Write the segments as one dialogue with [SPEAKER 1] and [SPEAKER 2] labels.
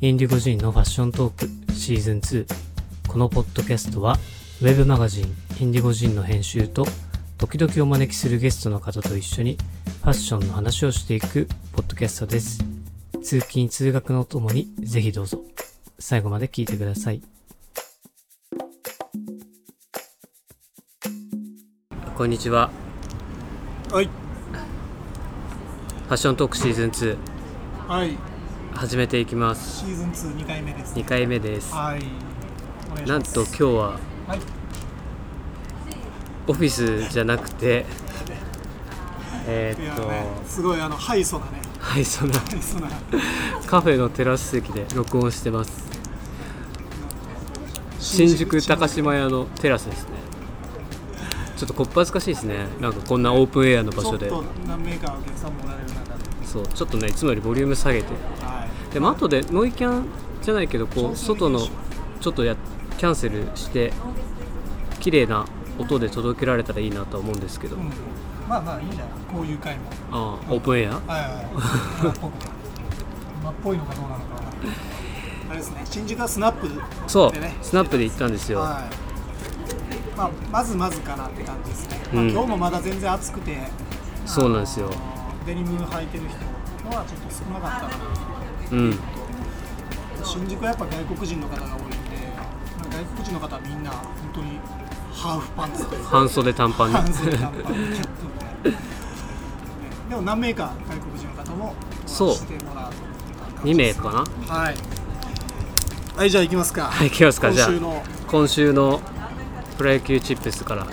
[SPEAKER 1] インディゴ人のファッショントークシーズン2このポッドキャストはウェブマガジンインディゴ人の編集と時々お招きするゲストの方と一緒にファッションの話をしていくポッドキャストです通勤通学のともにぜひどうぞ最後まで聞いてくださいこんにちは
[SPEAKER 2] はい
[SPEAKER 1] ファッショントークシーズン2
[SPEAKER 2] はい
[SPEAKER 1] 始めていきます
[SPEAKER 2] シーズン22回目です
[SPEAKER 1] 2回目です
[SPEAKER 2] はいお願いし
[SPEAKER 1] なん
[SPEAKER 2] ます
[SPEAKER 1] と今日は
[SPEAKER 2] はい
[SPEAKER 1] オフィスじゃなくてえ
[SPEAKER 2] い
[SPEAKER 1] ー
[SPEAKER 2] や
[SPEAKER 1] っと、
[SPEAKER 2] ねすごいあのハイソなね
[SPEAKER 1] はいそんな
[SPEAKER 2] ハイソな
[SPEAKER 1] カフェのテラス席で録音してます新宿高島屋のテラスですねちょっとこっぱずかしいですねなんかこんなオープンエアの場所で
[SPEAKER 2] ちょっと何名かお客さんもおられる中で
[SPEAKER 1] そうちょっとねいつもよりボリューム下げて
[SPEAKER 2] はい
[SPEAKER 1] でも後でノイキャンじゃないけどこう外のちょっとやキャンセルして綺麗な音で届けられたらいいなとは思うんですけど、
[SPEAKER 2] うんまあまあいいんじゃないこういう回も
[SPEAKER 1] ああオープンエア
[SPEAKER 2] はいはいはい今っぽく今っぽいのかどうなのかわからないあれですね新宿はスナップ
[SPEAKER 1] そう
[SPEAKER 2] でね
[SPEAKER 1] スナップで行ったんですよ
[SPEAKER 2] はいまあ、まずまずかなって感じですね、まあ
[SPEAKER 1] うん
[SPEAKER 2] 今日もまだ全然暑くて
[SPEAKER 1] そうなんですよ
[SPEAKER 2] あのデニム履いてる人今日はちょっと少なかったかな
[SPEAKER 1] うん
[SPEAKER 2] 新宿はやっぱ外国人の方が多いんで外国人の方はみんな本当にハーフパンツというか
[SPEAKER 1] 半袖短パンね
[SPEAKER 2] 半袖短パンキャップみたいな、ね、でも何名か外国人の方も
[SPEAKER 1] そう
[SPEAKER 2] お会いしてもらうっていう感じ
[SPEAKER 1] 2
[SPEAKER 2] で
[SPEAKER 1] 名
[SPEAKER 2] す
[SPEAKER 1] かな
[SPEAKER 2] はいはいじゃあ行きますか
[SPEAKER 1] はい行きますかじゃあ
[SPEAKER 2] 今週の
[SPEAKER 1] 今週のプロ野球チップスから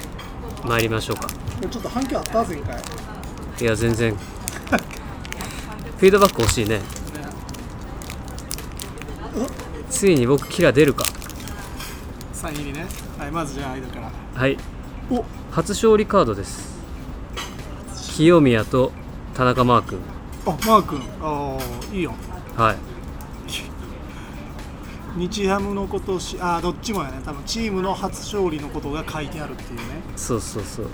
[SPEAKER 1] 参りましょうか
[SPEAKER 2] ちょっと反響あった前回ね
[SPEAKER 1] いや全 然フィードバック欲しいねついに僕キラ出るか
[SPEAKER 2] サイン入りねはいまずじゃあ間から
[SPEAKER 1] はい
[SPEAKER 2] お
[SPEAKER 1] 初勝利カードです清宮と田中マー君
[SPEAKER 2] あマー君あーいいよ
[SPEAKER 1] はい
[SPEAKER 2] 日ハムのことしあーどっちもやね多分チームの初勝利のことが書いてあるっていうね
[SPEAKER 1] そうそうそう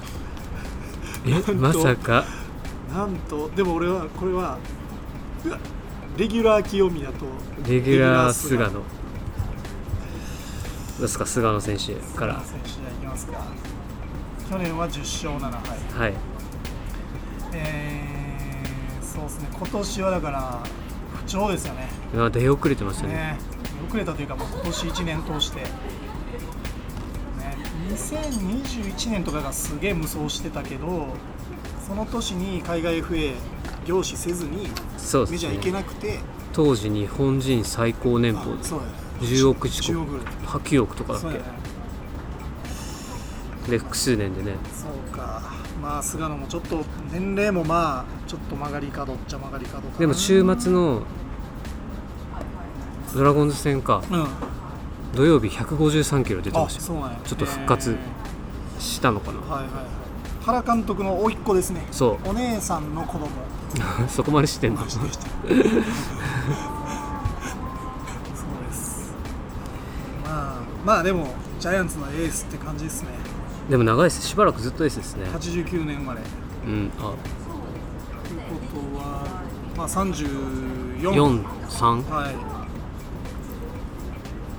[SPEAKER 2] なん
[SPEAKER 1] え
[SPEAKER 2] と
[SPEAKER 1] まさか
[SPEAKER 2] なんとでも俺はこれはうわレギュラー清宮と
[SPEAKER 1] レギュラー菅野どうですか菅野選手から
[SPEAKER 2] 選手じゃいきますか去年は10勝7
[SPEAKER 1] は
[SPEAKER 2] 敗
[SPEAKER 1] い
[SPEAKER 2] えー、そうですね今年はだから不調ですよね
[SPEAKER 1] まあ出遅れてましたね
[SPEAKER 2] ね遅れたというかもう今年1年通して、ね、2021年とかがすげえ無双してたけどその年に海外 FA 凝視せずに
[SPEAKER 1] そう
[SPEAKER 2] メ
[SPEAKER 1] で
[SPEAKER 2] ジ
[SPEAKER 1] す
[SPEAKER 2] ャー行け
[SPEAKER 1] ね
[SPEAKER 2] なくて、
[SPEAKER 1] 当時日本人最高年俸
[SPEAKER 2] あそうだね
[SPEAKER 1] 10億近
[SPEAKER 2] 10
[SPEAKER 1] く
[SPEAKER 2] 億
[SPEAKER 1] 8億とか
[SPEAKER 2] そ
[SPEAKER 1] だ
[SPEAKER 2] う
[SPEAKER 1] っ
[SPEAKER 2] だ
[SPEAKER 1] け
[SPEAKER 2] ね
[SPEAKER 1] で複数年でね
[SPEAKER 2] そうかまあ菅野もちょっと年齢もまあちょっと曲がり角っちゃ曲がり角かな
[SPEAKER 1] でも週末のドラゴンズ戦か
[SPEAKER 2] うん
[SPEAKER 1] 土曜日153キロ出て
[SPEAKER 2] あ
[SPEAKER 1] まし
[SPEAKER 2] そうなんや
[SPEAKER 1] ちょっと復活
[SPEAKER 2] え
[SPEAKER 1] たしたのか
[SPEAKER 2] ー
[SPEAKER 1] な
[SPEAKER 2] はいはいはい原監督の甥っ子ですね
[SPEAKER 1] そ
[SPEAKER 2] お姉さんの子供
[SPEAKER 1] う そこまでしてんの
[SPEAKER 2] マジでしたそうですまあまあでもジャイアンツのエースって感じですね
[SPEAKER 1] でも長いですしばらくずっとエースですね
[SPEAKER 2] 89年生まれと
[SPEAKER 1] うんあ
[SPEAKER 2] いうことはまあ34
[SPEAKER 1] 43
[SPEAKER 2] は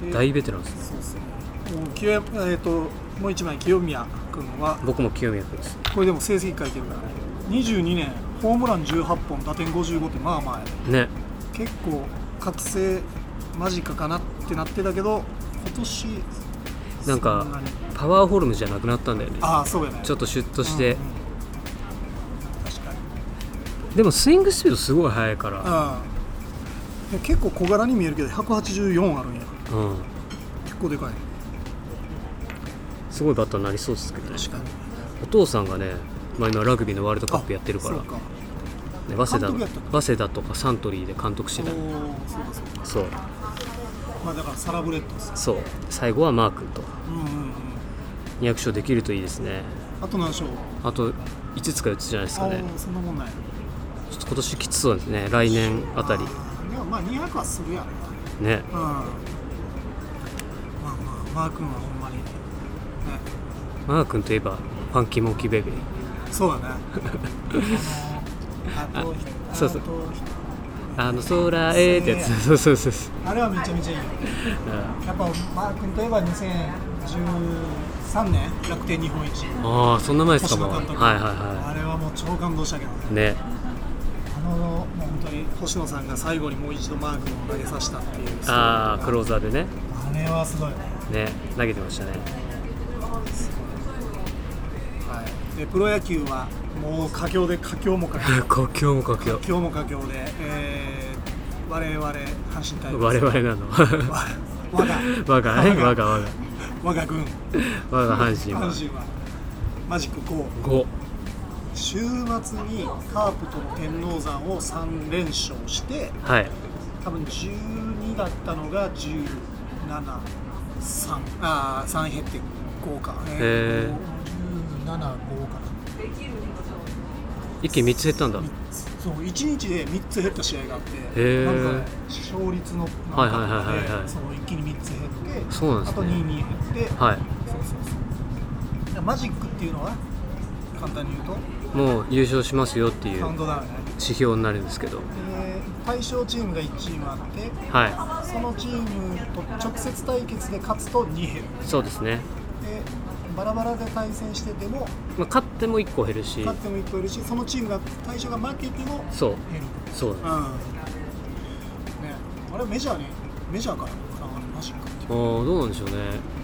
[SPEAKER 2] いで
[SPEAKER 1] 大ベテランですね
[SPEAKER 2] そうですね。もう清えっ、ともう一枚清宮君は
[SPEAKER 1] 僕も清宮君です
[SPEAKER 2] これでも成績書いてるからね。22年ホームラン18本打点55ってまあまあやね
[SPEAKER 1] ね
[SPEAKER 2] 結構覚醒間近かなってなってたけど今年
[SPEAKER 1] なんか
[SPEAKER 2] そに
[SPEAKER 1] パワーホルムじゃなくなったんだよね
[SPEAKER 2] ああそうやね。
[SPEAKER 1] ちょ
[SPEAKER 2] っ
[SPEAKER 1] っとシュッとして、
[SPEAKER 2] 確かに。
[SPEAKER 1] でもスイングスピードすごい速いから
[SPEAKER 2] うん。いや結構小柄に見えるけど184あるんや。
[SPEAKER 1] うん
[SPEAKER 2] 結構でかいね。
[SPEAKER 1] すごいバッターになりそうですけどね
[SPEAKER 2] 確かに。
[SPEAKER 1] お父さんがね、まあ、今ラグビーのワールドカップやってるから
[SPEAKER 2] そうか。
[SPEAKER 1] ね、早稲田
[SPEAKER 2] 監督や
[SPEAKER 1] の
[SPEAKER 2] ったの
[SPEAKER 1] 早稲田とかサントリーで監督し
[SPEAKER 2] お
[SPEAKER 1] てた
[SPEAKER 2] おそうかそ
[SPEAKER 1] そ
[SPEAKER 2] うか。
[SPEAKER 1] う
[SPEAKER 2] まあだからサラブレッドですよ。
[SPEAKER 1] そう最後はマー君と
[SPEAKER 2] うんうんうん。
[SPEAKER 1] 200勝できるといいですね
[SPEAKER 2] あと何勝
[SPEAKER 1] あと5つか4つじゃないですかね
[SPEAKER 2] あーそんなもんない
[SPEAKER 1] ちょっと今年きつそうですね来年あたり
[SPEAKER 2] ーでもまあ200はするやろなうん
[SPEAKER 1] ね
[SPEAKER 2] まあまあマー君はほんまにね
[SPEAKER 1] マー君といえばファンキーモンキーベイビー
[SPEAKER 2] そうだねあのあと
[SPEAKER 1] そうそう
[SPEAKER 2] あと
[SPEAKER 1] あのソーラーえーってやつそうそうそうそう
[SPEAKER 2] あれはめちゃめちゃいいよ
[SPEAKER 1] うん
[SPEAKER 2] やっぱマー君といえば2013年楽天日本一
[SPEAKER 1] ああそんな前ですか
[SPEAKER 2] 星
[SPEAKER 1] も
[SPEAKER 2] 野
[SPEAKER 1] うはいは
[SPEAKER 2] 監
[SPEAKER 1] い
[SPEAKER 2] 督、
[SPEAKER 1] は
[SPEAKER 2] あれはもう超感動したけどね
[SPEAKER 1] いね
[SPEAKER 2] あのもう本当に星野さんが最後にもう一度マー君を投げさせたっていう
[SPEAKER 1] ああクロー
[SPEAKER 2] ズ
[SPEAKER 1] ザーでね
[SPEAKER 2] あれはすごいね、
[SPEAKER 1] ね投げてましたね
[SPEAKER 2] はい、でプロ野球はもう佳境で佳境も佳境
[SPEAKER 1] 国境も国境
[SPEAKER 2] 今日も佳境で、えー、我々阪神タイ
[SPEAKER 1] 我々なの
[SPEAKER 2] 我が
[SPEAKER 1] 我がね我が我が
[SPEAKER 2] 我が軍
[SPEAKER 1] 我が阪神
[SPEAKER 2] 阪
[SPEAKER 1] は
[SPEAKER 2] 神はマジック5
[SPEAKER 1] 5
[SPEAKER 2] 週末にカープとの天王山を3連勝して
[SPEAKER 1] はい
[SPEAKER 2] 多分12だったのが173あ3減って5か
[SPEAKER 1] へー
[SPEAKER 2] 175かな
[SPEAKER 1] 一気に3つ減ったんだ
[SPEAKER 2] 三つそう1日で3つ減った試合があって
[SPEAKER 1] へー
[SPEAKER 2] なんか勝率の
[SPEAKER 1] は
[SPEAKER 2] ないん
[SPEAKER 1] はい
[SPEAKER 2] か
[SPEAKER 1] はいはいはい
[SPEAKER 2] でそう一気に3つ減って
[SPEAKER 1] そうなんですね
[SPEAKER 2] あと2に減って
[SPEAKER 1] はい
[SPEAKER 2] そうそうそうマジックっていうのは簡単に言うと
[SPEAKER 1] もう優勝しますよっていう
[SPEAKER 2] カウントダウンね
[SPEAKER 1] 指標になるんですけど
[SPEAKER 2] で対象チームが1チームあって
[SPEAKER 1] は
[SPEAKER 2] そのチームと直接対決で勝つと2減る
[SPEAKER 1] いそうですね、
[SPEAKER 2] でバラバラで対戦してても
[SPEAKER 1] まあ、勝っても1個減るし
[SPEAKER 2] 勝っても1個いるしそのチームが対象が負けても
[SPEAKER 1] そう
[SPEAKER 2] 減る
[SPEAKER 1] そう
[SPEAKER 2] うんねあれメジャーねメジャーからかなあれマジックって
[SPEAKER 1] あーどうなんでしょうね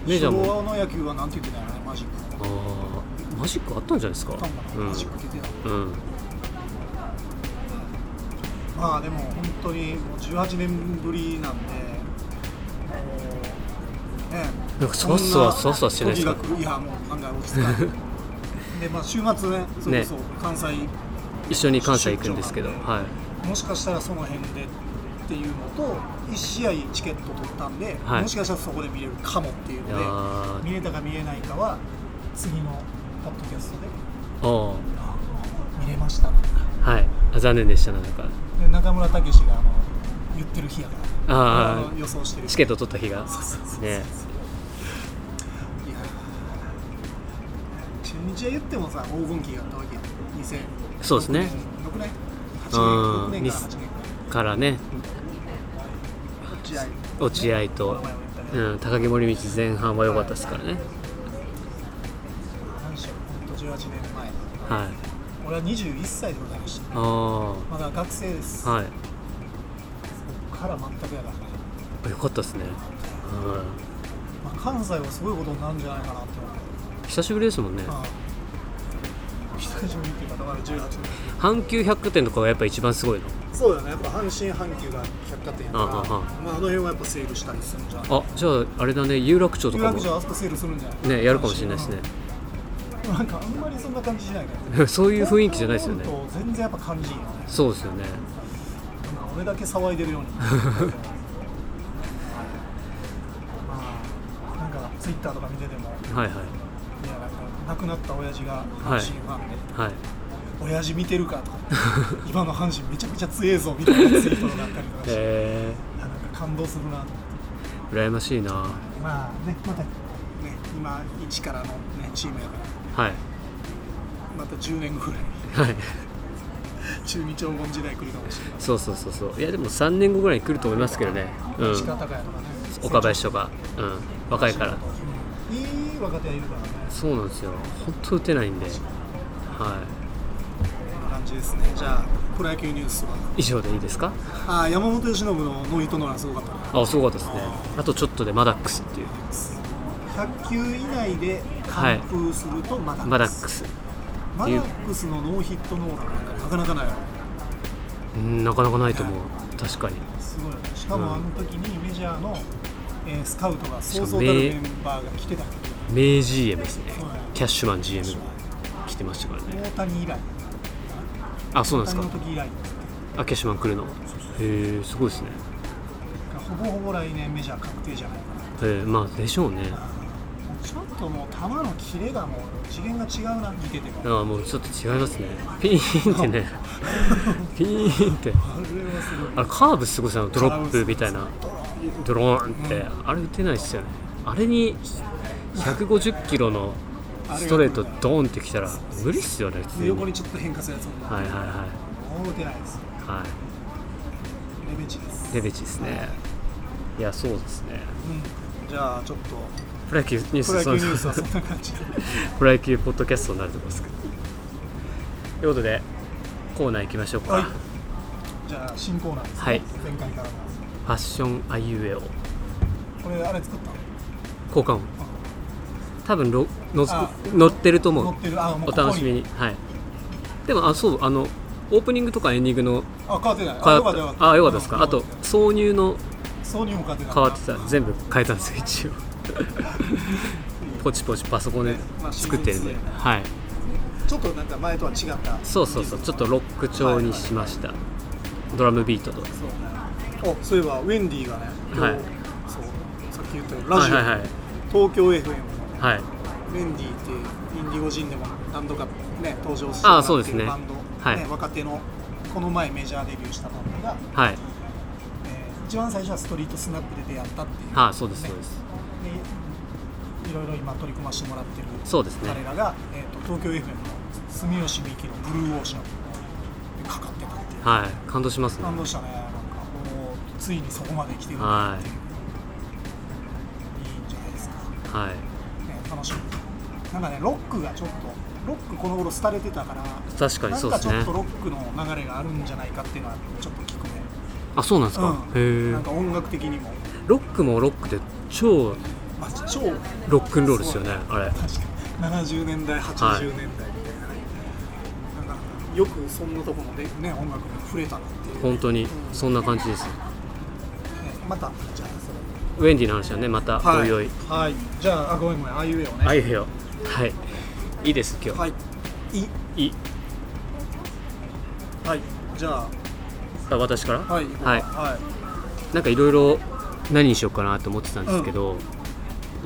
[SPEAKER 1] メジャー
[SPEAKER 2] 昭
[SPEAKER 1] も
[SPEAKER 2] 和の野球はなんて言ってたのねマジック
[SPEAKER 1] あーマジックあったんじゃないですか
[SPEAKER 2] あったんかなマジックって言ってた
[SPEAKER 1] うん、うん、
[SPEAKER 2] まあでも本当にもう18年ぶりなんで、もうね、
[SPEAKER 1] なんかそわそわ
[SPEAKER 2] ん
[SPEAKER 1] そわそわしてないですか
[SPEAKER 2] とにかくいやもう考え落ち着 かないでまあ週末ねそれこそ関西、
[SPEAKER 1] 一緒に関西行くんですけど
[SPEAKER 2] 出張
[SPEAKER 1] は
[SPEAKER 2] もしかしたらその辺でっていうのと1試合チケット取ったんで、
[SPEAKER 1] はい
[SPEAKER 2] もしかしたらそこで見れるかもっていう
[SPEAKER 1] いいや
[SPEAKER 2] の
[SPEAKER 1] ー
[SPEAKER 2] で見れたか見れないかは次のポッドキャストで
[SPEAKER 1] あー
[SPEAKER 2] 見れました
[SPEAKER 1] はいあ残念でしたなんか
[SPEAKER 2] で中村武史があの言ってる日やから
[SPEAKER 1] あ
[SPEAKER 2] の予想して
[SPEAKER 1] あ
[SPEAKER 2] る
[SPEAKER 1] チケット取った日が
[SPEAKER 2] そうそうそうそう
[SPEAKER 1] ね
[SPEAKER 2] いやー中日は言ってもさ黄金期があったわけや2000
[SPEAKER 1] そうですね
[SPEAKER 2] 6年
[SPEAKER 1] うん
[SPEAKER 2] 8年6年から8年
[SPEAKER 1] からね
[SPEAKER 2] から落合
[SPEAKER 1] 落合と
[SPEAKER 2] 名前を言ったね、
[SPEAKER 1] うん、高木森道前半は良かったですからね
[SPEAKER 2] 何しろほんと18年前
[SPEAKER 1] はい
[SPEAKER 2] 俺は21歳でございました
[SPEAKER 1] あ
[SPEAKER 2] まだ学生です、
[SPEAKER 1] あはい
[SPEAKER 2] こっから全くやからね、
[SPEAKER 1] 良かったですね、
[SPEAKER 2] まあ、関西はすごいことになるんじゃないかなって
[SPEAKER 1] うん、久しぶりですもんね
[SPEAKER 2] 思う、うん、久しぶりっていうかまだ18年
[SPEAKER 1] 阪急百貨店とかがやっぱ一番すごいの
[SPEAKER 2] そうだねやっぱ阪神阪急が百貨店やから
[SPEAKER 1] あああ
[SPEAKER 2] まあ、あの辺はやっぱセールしたりするんじゃない
[SPEAKER 1] あじゃああれだね有楽町と
[SPEAKER 2] 有
[SPEAKER 1] か
[SPEAKER 2] 楽町
[SPEAKER 1] も
[SPEAKER 2] あそこセールするんじゃない
[SPEAKER 1] ねやるかもしれないですね
[SPEAKER 2] うんなんかあんまりそんな感じしないけど
[SPEAKER 1] そういう雰囲気じゃないですよね
[SPEAKER 2] 東京ドームと全然やっぱ感じいいよね
[SPEAKER 1] そうですよね
[SPEAKER 2] なんか俺だけ騒いでるよ うにまあなんかツイッターとか見てても
[SPEAKER 1] はいはい
[SPEAKER 2] いやなんか亡くなった親父が阪神ファンで、
[SPEAKER 1] はい
[SPEAKER 2] 親父見てるか とか今の阪神めちゃくちゃ強えぞみたいなツイートがあったりとかして、
[SPEAKER 1] へえ
[SPEAKER 2] いやなんか感動するなと思って
[SPEAKER 1] 羨ましいな
[SPEAKER 2] まあねまたね今一からの、ね、チームやから
[SPEAKER 1] はい
[SPEAKER 2] また10年ぐらい
[SPEAKER 1] はい
[SPEAKER 2] 中日黄金時代来るかもしれない
[SPEAKER 1] そうそうそうそういやでも3年後ぐらいに来ると思いますけどねう
[SPEAKER 2] 石川
[SPEAKER 1] ん
[SPEAKER 2] 昂弥とかね
[SPEAKER 1] 岡林とかうん若いから
[SPEAKER 2] うんいい若手がいるからね
[SPEAKER 1] そうなんですよ本当打てないんでは
[SPEAKER 2] こんな感じですねじゃあプロ野球ニュースはい
[SPEAKER 1] 以上でいいですか
[SPEAKER 2] あー山本由伸のノーヒットノーランすごかったな
[SPEAKER 1] あすごかったですねあとちょっとでマダックスっていう
[SPEAKER 2] 100球以内で完封するとマダックス、
[SPEAKER 1] マダックス
[SPEAKER 2] マダックスのノーヒットノーランなんかなかなかないよ
[SPEAKER 1] うんなかなかないと思う確かに
[SPEAKER 2] すごいよねしかもあの時にメジャーの、えースカウトがそうそう
[SPEAKER 1] しかも
[SPEAKER 2] たる
[SPEAKER 1] ね
[SPEAKER 2] メンバーが来てたけど
[SPEAKER 1] 名 GM ですね
[SPEAKER 2] そうだね
[SPEAKER 1] キャッシュマン GM 来てましたからね
[SPEAKER 2] 大谷以来
[SPEAKER 1] あそう
[SPEAKER 2] 大
[SPEAKER 1] なん
[SPEAKER 2] 谷
[SPEAKER 1] で
[SPEAKER 2] の
[SPEAKER 1] すか
[SPEAKER 2] 時以来
[SPEAKER 1] あキャッシュマン来るのへえすごいですね
[SPEAKER 2] ほぼほぼ来年メジャー確定じゃないかな
[SPEAKER 1] えー、まあでしょうね
[SPEAKER 2] ちょっともう球のキレがもう次元が違うな見てても
[SPEAKER 1] あーもうちょっと違いますねピーンって ねピーンって
[SPEAKER 2] あれはすごい
[SPEAKER 1] あれカーブすごいさドロップみたいな
[SPEAKER 2] ドローン
[SPEAKER 1] ドローンってあれ打てないっすよねあれに150キロのストレートドーンってきたら無理っすよね普通に
[SPEAKER 2] 横
[SPEAKER 1] はい
[SPEAKER 2] にちょっと変化するやつも、
[SPEAKER 1] はい
[SPEAKER 2] い、
[SPEAKER 1] は
[SPEAKER 2] もう打てないですよ
[SPEAKER 1] いはい
[SPEAKER 2] レベチです、
[SPEAKER 1] レベチですねいやそうですね
[SPEAKER 2] うん、じゃあちょっと
[SPEAKER 1] プロ野球ニュー
[SPEAKER 2] プロ
[SPEAKER 1] ス
[SPEAKER 2] 野球
[SPEAKER 1] そう
[SPEAKER 2] ニ
[SPEAKER 1] そ
[SPEAKER 2] ュー
[SPEAKER 1] う
[SPEAKER 2] スはそんな感じで
[SPEAKER 1] プロ野球ポッドキャストになるところですけどということでコーナー行きましょうか、
[SPEAKER 2] はい
[SPEAKER 1] フ
[SPEAKER 2] じゃあ新コーナーです、ね
[SPEAKER 1] はい
[SPEAKER 2] 前回からの
[SPEAKER 1] ァッションあいうえを
[SPEAKER 2] これあれ作ったの
[SPEAKER 1] 交換音多分ろの
[SPEAKER 2] あ
[SPEAKER 1] 乗ってると思う
[SPEAKER 2] 載ってるあもう
[SPEAKER 1] お
[SPEAKER 2] ここ
[SPEAKER 1] 楽しみにはいでもあそうあのオープニングとかエンディングの
[SPEAKER 2] あ変わってない
[SPEAKER 1] 変
[SPEAKER 2] よか
[SPEAKER 1] わ
[SPEAKER 2] ったよか
[SPEAKER 1] っ
[SPEAKER 2] った
[SPEAKER 1] たあよかったですかあと
[SPEAKER 2] うん
[SPEAKER 1] 挿入の
[SPEAKER 2] 挿入も変わってない
[SPEAKER 1] 変わってた全部変えたんですよ一応 ポチポチパソコンで
[SPEAKER 2] まあ
[SPEAKER 1] 作ってるんで
[SPEAKER 2] シーズン
[SPEAKER 1] はい
[SPEAKER 2] ちょっとなんか前とは違った
[SPEAKER 1] そうそうそうちょっとロック調にしましたドラムビートと
[SPEAKER 2] そうねおそういえばウェンディがね今日、
[SPEAKER 1] はい
[SPEAKER 2] そうさっき言ったようにラ
[SPEAKER 1] はい
[SPEAKER 2] ジオ、
[SPEAKER 1] はいはい
[SPEAKER 2] 東京 FM の
[SPEAKER 1] はい
[SPEAKER 2] ウェンディっていうインディゴ人でも何度かね登場して
[SPEAKER 1] あ
[SPEAKER 2] も
[SPEAKER 1] あそう
[SPEAKER 2] ら
[SPEAKER 1] で
[SPEAKER 2] って
[SPEAKER 1] す
[SPEAKER 2] る
[SPEAKER 1] ね
[SPEAKER 2] バンド、
[SPEAKER 1] はい
[SPEAKER 2] ね若手のこの前メジャーデビューしたバンドが、
[SPEAKER 1] はい
[SPEAKER 2] えー一番最初はストリートスナップで出会ったっていう、
[SPEAKER 1] はあそうですそうです
[SPEAKER 2] でいろいろ今取り組ましてもらってる
[SPEAKER 1] そうですね
[SPEAKER 2] 彼らが、えー、と東京 FM の住吉美希の「ブルーオーシャン」にかかってたっていう
[SPEAKER 1] はい感動しますね
[SPEAKER 2] 感動したねなんかもうついにそこまで来てるんだ
[SPEAKER 1] は
[SPEAKER 2] っていう、い、いんじゃないですか、ね、
[SPEAKER 1] はい
[SPEAKER 2] 楽しみなんかねロックがちょっとロックこの頃廃れてたから
[SPEAKER 1] 確かに
[SPEAKER 2] なん
[SPEAKER 1] そうで
[SPEAKER 2] か
[SPEAKER 1] す
[SPEAKER 2] ちょ
[SPEAKER 1] ね
[SPEAKER 2] っとロックの流れがあるんじゃないかっていうのはちょっと聞くね、
[SPEAKER 1] あそうなんですか
[SPEAKER 2] うん
[SPEAKER 1] へえ
[SPEAKER 2] なんか音楽的にも、
[SPEAKER 1] ロックもロックで超
[SPEAKER 2] まあ、超
[SPEAKER 1] ロックンロールですよねあれ
[SPEAKER 2] 確かに70年代80年代みたいな、なんかよくそんなとこまでね音楽に触れたなっていう、ね
[SPEAKER 1] 本当にそんな感じです
[SPEAKER 2] またじゃあそれ
[SPEAKER 1] ウェンディの話はねまたおいおい
[SPEAKER 2] はい、じゃああごめんごめんあいうえをね
[SPEAKER 1] あいうえよはいいいです今日、
[SPEAKER 2] はいい
[SPEAKER 1] い、い
[SPEAKER 2] はいじゃ
[SPEAKER 1] あ私から
[SPEAKER 2] あはい行こうか
[SPEAKER 1] はいなんかいろいろ何にしようかなと思ってたんですけど、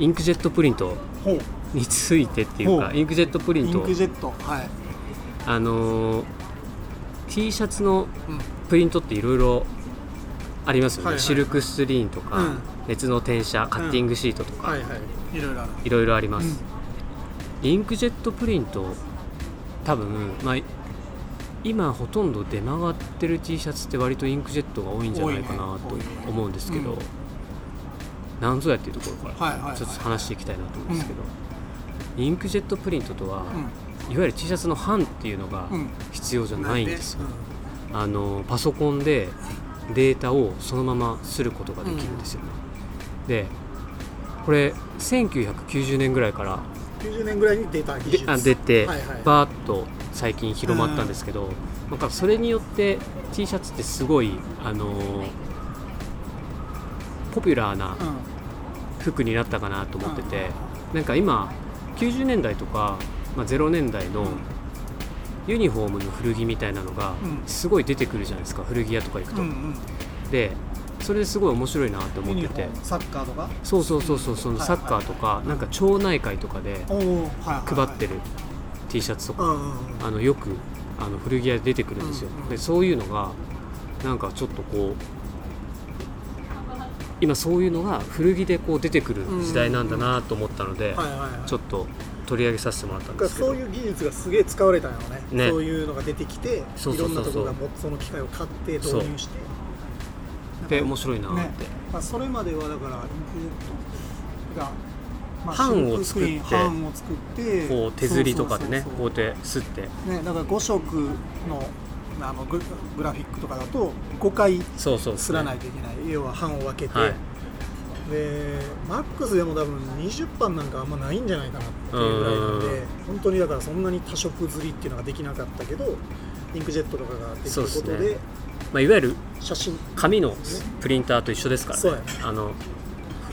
[SPEAKER 1] インクジェットプリント
[SPEAKER 2] ほう
[SPEAKER 1] についてっていう
[SPEAKER 2] ほ
[SPEAKER 1] か
[SPEAKER 2] う
[SPEAKER 1] インクジェットプリ
[SPEAKER 2] イ
[SPEAKER 1] ン
[SPEAKER 2] ン
[SPEAKER 1] ト
[SPEAKER 2] クジェットはい
[SPEAKER 1] あのー T シャツの
[SPEAKER 2] うん
[SPEAKER 1] プリントっていろいろありますよね、
[SPEAKER 2] はいはい
[SPEAKER 1] シルクスリーンとか、
[SPEAKER 2] うん
[SPEAKER 1] 熱の転写カッティングシートとか
[SPEAKER 2] はいはいいろいろある
[SPEAKER 1] いろいろあります、インクジェットプリント多分、まあ、今ほとんど出回ってる T シャツって割とインクジェットが多いんじゃないかな
[SPEAKER 2] 多
[SPEAKER 1] と
[SPEAKER 2] いね多い
[SPEAKER 1] 思うんですけど、
[SPEAKER 2] うん
[SPEAKER 1] なんぞやっていうところか
[SPEAKER 2] はいはいは
[SPEAKER 1] ら
[SPEAKER 2] い
[SPEAKER 1] ちょっと話していきたいなと思うんですけど、インクジェットプリントとは、
[SPEAKER 2] う
[SPEAKER 1] いわゆる T シャツの版っていうのが
[SPEAKER 2] うん
[SPEAKER 1] 必要じゃないんですよ、
[SPEAKER 2] ね
[SPEAKER 1] あのパソコンでデータをそのまますることができるんですよね、でこれ1990年ぐらいから
[SPEAKER 2] うん90年ぐらいに出た技
[SPEAKER 1] で
[SPEAKER 2] 術
[SPEAKER 1] あ出て、
[SPEAKER 2] はいはい
[SPEAKER 1] バーッと最近広まったんですけど、なんかそれによって T シャツってすごい、あのーポピュラーな
[SPEAKER 2] うん
[SPEAKER 1] 服になったかなと思ってて、なんか今90年代とか、まあ、0年代のユニフォームの古着みたいなのが
[SPEAKER 2] うん
[SPEAKER 1] すごい出てくるじゃないですか古着屋とか行くと。
[SPEAKER 2] うんうん
[SPEAKER 1] でそれですごい面白いなと思
[SPEAKER 2] ユ
[SPEAKER 1] って
[SPEAKER 2] ニフォ
[SPEAKER 1] て
[SPEAKER 2] ームサッカーとか
[SPEAKER 1] そうそうそうそうそのサッカーとかなんか町内会とかで
[SPEAKER 2] おおはいはい
[SPEAKER 1] 配ってる T シャツとか
[SPEAKER 2] うんうんうん
[SPEAKER 1] あのよくあの古着屋で出てくるんですよ、
[SPEAKER 2] うんうん
[SPEAKER 1] でそういうのがなんかちょっとこう今そういうのが古着でこう出てくる時代なんだなと思ったので、
[SPEAKER 2] はいはいはい
[SPEAKER 1] ちょっと取り上げさせてもらったん
[SPEAKER 2] な
[SPEAKER 1] で
[SPEAKER 2] んか
[SPEAKER 1] すけど
[SPEAKER 2] そういう技術がすげえ使われたんよね
[SPEAKER 1] ね
[SPEAKER 2] そういうのが出てきて
[SPEAKER 1] そうそうそうそう
[SPEAKER 2] いろんなところがもその機械を買って導入して
[SPEAKER 1] で面白いなって、
[SPEAKER 2] ねまあ、それまではだからインクジェットが、ま
[SPEAKER 1] 版を作って
[SPEAKER 2] シルクスクリーン版を作って
[SPEAKER 1] こう手刷りとかでね
[SPEAKER 2] そう
[SPEAKER 1] こ
[SPEAKER 2] そうう
[SPEAKER 1] やって吸って
[SPEAKER 2] そうねだから5色のあのググラフィックとかだと5回
[SPEAKER 1] そうそう
[SPEAKER 2] すらないいといけない、要は版を分けて、
[SPEAKER 1] はい
[SPEAKER 2] でマックスでも多分20版なんかあんまないんじゃないかなっていうぐらいなん
[SPEAKER 1] うんうんう
[SPEAKER 2] で
[SPEAKER 1] ん
[SPEAKER 2] 本当にだからそんなに多色刷りっていうのができなかったけどインクジェットとかができること
[SPEAKER 1] そう
[SPEAKER 2] で
[SPEAKER 1] でまあ、いわゆる
[SPEAKER 2] 写真
[SPEAKER 1] 紙のプリンターと一緒ですから
[SPEAKER 2] そう
[SPEAKER 1] ね
[SPEAKER 2] やね
[SPEAKER 1] あの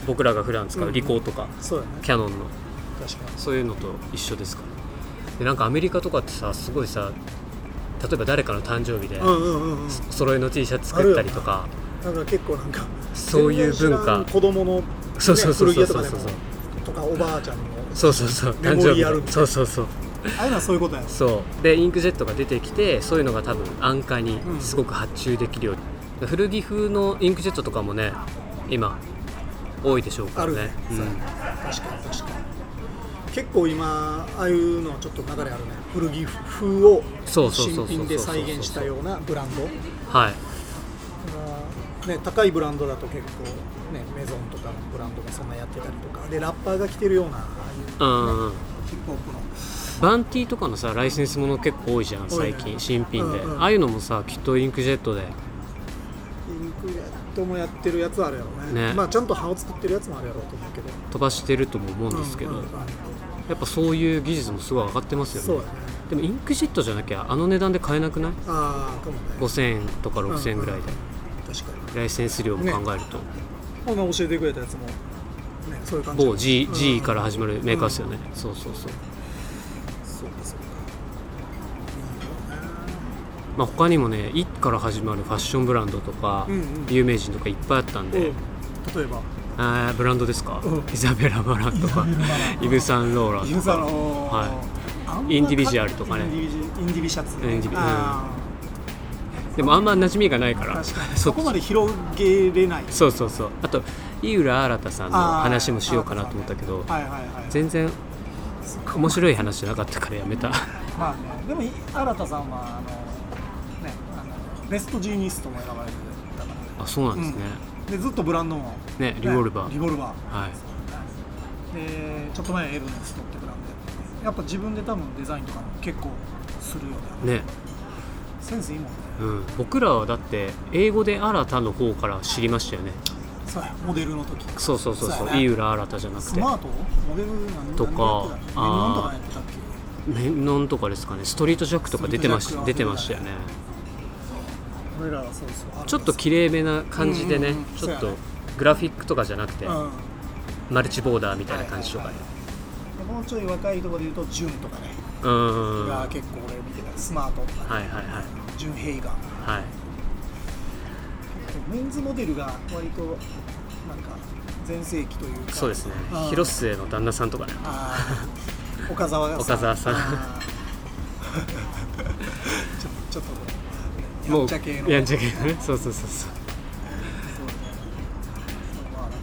[SPEAKER 1] 僕らが普段使うリコーとか、
[SPEAKER 2] そうやね
[SPEAKER 1] キャノンの
[SPEAKER 2] 確かに
[SPEAKER 1] そういうのと一緒ですからでなんかアメリカとかってさすごいさ例えば誰かの誕生日で
[SPEAKER 2] うんうんうんうん
[SPEAKER 1] お揃いの T シャツ作ったりとか
[SPEAKER 2] なんか結構なんか
[SPEAKER 1] そういう文化
[SPEAKER 2] 全然知らん子供の、ね、
[SPEAKER 1] そうそうそう
[SPEAKER 2] 古着
[SPEAKER 1] そう
[SPEAKER 2] 屋
[SPEAKER 1] そ
[SPEAKER 2] と
[SPEAKER 1] う
[SPEAKER 2] かで
[SPEAKER 1] そう
[SPEAKER 2] もとかおばあちゃんの
[SPEAKER 1] そうそうそう
[SPEAKER 2] メ
[SPEAKER 1] 誕
[SPEAKER 2] モ
[SPEAKER 1] 生
[SPEAKER 2] リア
[SPEAKER 1] 日
[SPEAKER 2] ルみたいな
[SPEAKER 1] そうそうそう
[SPEAKER 2] ああいうのはそういうことやろ
[SPEAKER 1] そうでインクジェットが出てきてそういうのが多分安価に
[SPEAKER 2] うん
[SPEAKER 1] すごく発注できるように、古着風のインクジェットとかもね今多いでしょうか
[SPEAKER 2] あ
[SPEAKER 1] ら
[SPEAKER 2] る
[SPEAKER 1] ね
[SPEAKER 2] ね
[SPEAKER 1] うん
[SPEAKER 2] そうやね確かに確かに結構今ああいうのはちょっと流れあるね古着風を
[SPEAKER 1] そうそうそうそう
[SPEAKER 2] 新品で再現したようなブランド
[SPEAKER 1] はい
[SPEAKER 2] あのね、高いブランドだと結構、ね、メゾンとかのブランドがそんなやってたりとかでラッパーが着てるようなあ
[SPEAKER 1] う
[SPEAKER 2] あいうん
[SPEAKER 1] うん
[SPEAKER 2] ヒップホップの
[SPEAKER 1] バンティーとかのさライセンスもの結構多いじゃん
[SPEAKER 2] 多いね
[SPEAKER 1] 最近新品で、
[SPEAKER 2] うんうん
[SPEAKER 1] ああいうのもさきっとインクジェットで
[SPEAKER 2] インクジェットもやってるやつはあるやろうね
[SPEAKER 1] ね
[SPEAKER 2] まあちゃんと版を作ってるやつもあるやろうと思うけど
[SPEAKER 1] 飛ばしてるとも思うんですけど、
[SPEAKER 2] うんうんうん
[SPEAKER 1] やっぱそういう技術もすごい上がってます
[SPEAKER 2] そう
[SPEAKER 1] よ
[SPEAKER 2] だ
[SPEAKER 1] ね
[SPEAKER 2] ね
[SPEAKER 1] でもインクジェットじゃなきゃあの値段で買えなくない
[SPEAKER 2] ああかもね
[SPEAKER 1] 5000円とか6000円ぐらいで、
[SPEAKER 2] 確かに
[SPEAKER 1] ライセンス料も考えると、
[SPEAKER 2] この教えてくれたやつも、ね、そういう感じ
[SPEAKER 1] 某 G,
[SPEAKER 2] うん
[SPEAKER 1] G から始まるメーカーですよね、そうそうそう
[SPEAKER 2] そうかそうか
[SPEAKER 1] まあ他にもね「IT」から始まるファッションブランドとか、
[SPEAKER 2] うんうん
[SPEAKER 1] 有名人とかいっぱいあったん
[SPEAKER 2] いい
[SPEAKER 1] で、
[SPEAKER 2] よねうん例えば
[SPEAKER 1] あーブランドですか、
[SPEAKER 2] うん
[SPEAKER 1] イザベラ・バランとかイブ・サンローラン
[SPEAKER 2] ユ
[SPEAKER 1] と
[SPEAKER 2] ーザー
[SPEAKER 1] か
[SPEAKER 2] の、
[SPEAKER 1] インディビジュアルとかね
[SPEAKER 2] インディビジュインディビシャツ
[SPEAKER 1] インディビ
[SPEAKER 2] あ
[SPEAKER 1] でもあんま馴染みがないか
[SPEAKER 2] ー
[SPEAKER 1] ら
[SPEAKER 2] 確かに
[SPEAKER 1] そ
[SPEAKER 2] そ
[SPEAKER 1] っち
[SPEAKER 2] こまで広げれない
[SPEAKER 1] そうそうそうあと井浦新さんの
[SPEAKER 2] あー
[SPEAKER 1] 話もしようかなと思ったけど
[SPEAKER 2] はいはいはい
[SPEAKER 1] 全然面白い話じゃなかったからやめた
[SPEAKER 2] まあねでもい新田さんはあのねあのベストジーニストも選ばれてたからね
[SPEAKER 1] あそうなんですね、
[SPEAKER 2] でずっとブランドも、
[SPEAKER 1] ねリボルバー
[SPEAKER 2] リボルバー
[SPEAKER 1] はい
[SPEAKER 2] でちょっと前はエルネストってブランドでやっぱ自分で多分デザインとかも結構するよね
[SPEAKER 1] ね、
[SPEAKER 2] センスいいもんね
[SPEAKER 1] うん、僕らはだって英語で新たの方から知りましたよね
[SPEAKER 2] そうやモデルの時
[SPEAKER 1] そうそうそうそ
[SPEAKER 2] そう
[SPEAKER 1] う
[SPEAKER 2] やね
[SPEAKER 1] 井浦新じゃなく
[SPEAKER 2] ス
[SPEAKER 1] て
[SPEAKER 2] マートモデル何
[SPEAKER 1] とか
[SPEAKER 2] 何やってた
[SPEAKER 1] あー
[SPEAKER 2] の何とかやってたっけ
[SPEAKER 1] メンノンとかですかねストリートジャックとか出てまし
[SPEAKER 2] ストリ
[SPEAKER 1] 出
[SPEAKER 2] ート
[SPEAKER 1] て
[SPEAKER 2] ジャック
[SPEAKER 1] ましたよね
[SPEAKER 2] 俺らはそうそう
[SPEAKER 1] ちょっときれいめな感じでね、
[SPEAKER 2] うんうんうん
[SPEAKER 1] ちょっ
[SPEAKER 2] そう
[SPEAKER 1] と
[SPEAKER 2] やね
[SPEAKER 1] グラフィックとかじゃなくて、
[SPEAKER 2] うん
[SPEAKER 1] マルチボーダーみたいな感じとかね、
[SPEAKER 2] でもうちょい若いところで言うとジュンとかね、
[SPEAKER 1] うん
[SPEAKER 2] が
[SPEAKER 1] は
[SPEAKER 2] 結構俺見てたスマートとか、
[SPEAKER 1] いはいはい
[SPEAKER 2] ジュンヘイガー
[SPEAKER 1] はい
[SPEAKER 2] メンズモデルが割となんか全盛期というか
[SPEAKER 1] そうですね
[SPEAKER 2] あー
[SPEAKER 1] 広末の旦那さんとかね
[SPEAKER 2] あー岡沢 が
[SPEAKER 1] 岡沢さん
[SPEAKER 2] あー ちょっとちょっとやんちゃ系の
[SPEAKER 1] やんちゃ系のねそうそうそうそう
[SPEAKER 2] そうねそうまあなんか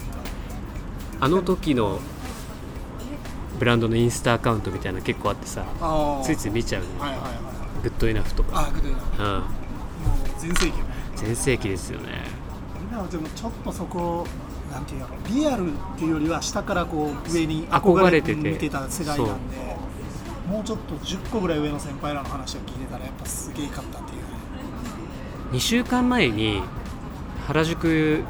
[SPEAKER 1] あの時のブランドのインスタアカウントみたいなの結構あってさ
[SPEAKER 2] あー
[SPEAKER 1] ついつい見ちゃうね
[SPEAKER 2] はいはいはい
[SPEAKER 1] グッドエナフとか
[SPEAKER 2] あーグレーなも
[SPEAKER 1] うん
[SPEAKER 2] う全盛期よね
[SPEAKER 1] 全盛期ですよね
[SPEAKER 2] 今はでもちょっとそこなんていうのリアルっていうよりは下からこう上に
[SPEAKER 1] 憧れてて
[SPEAKER 2] 見てた世代なんでもうちょっと10個ぐらい上の先輩らの話を聞いてたらやっぱすげえかったっていうね
[SPEAKER 1] 2週間前に原宿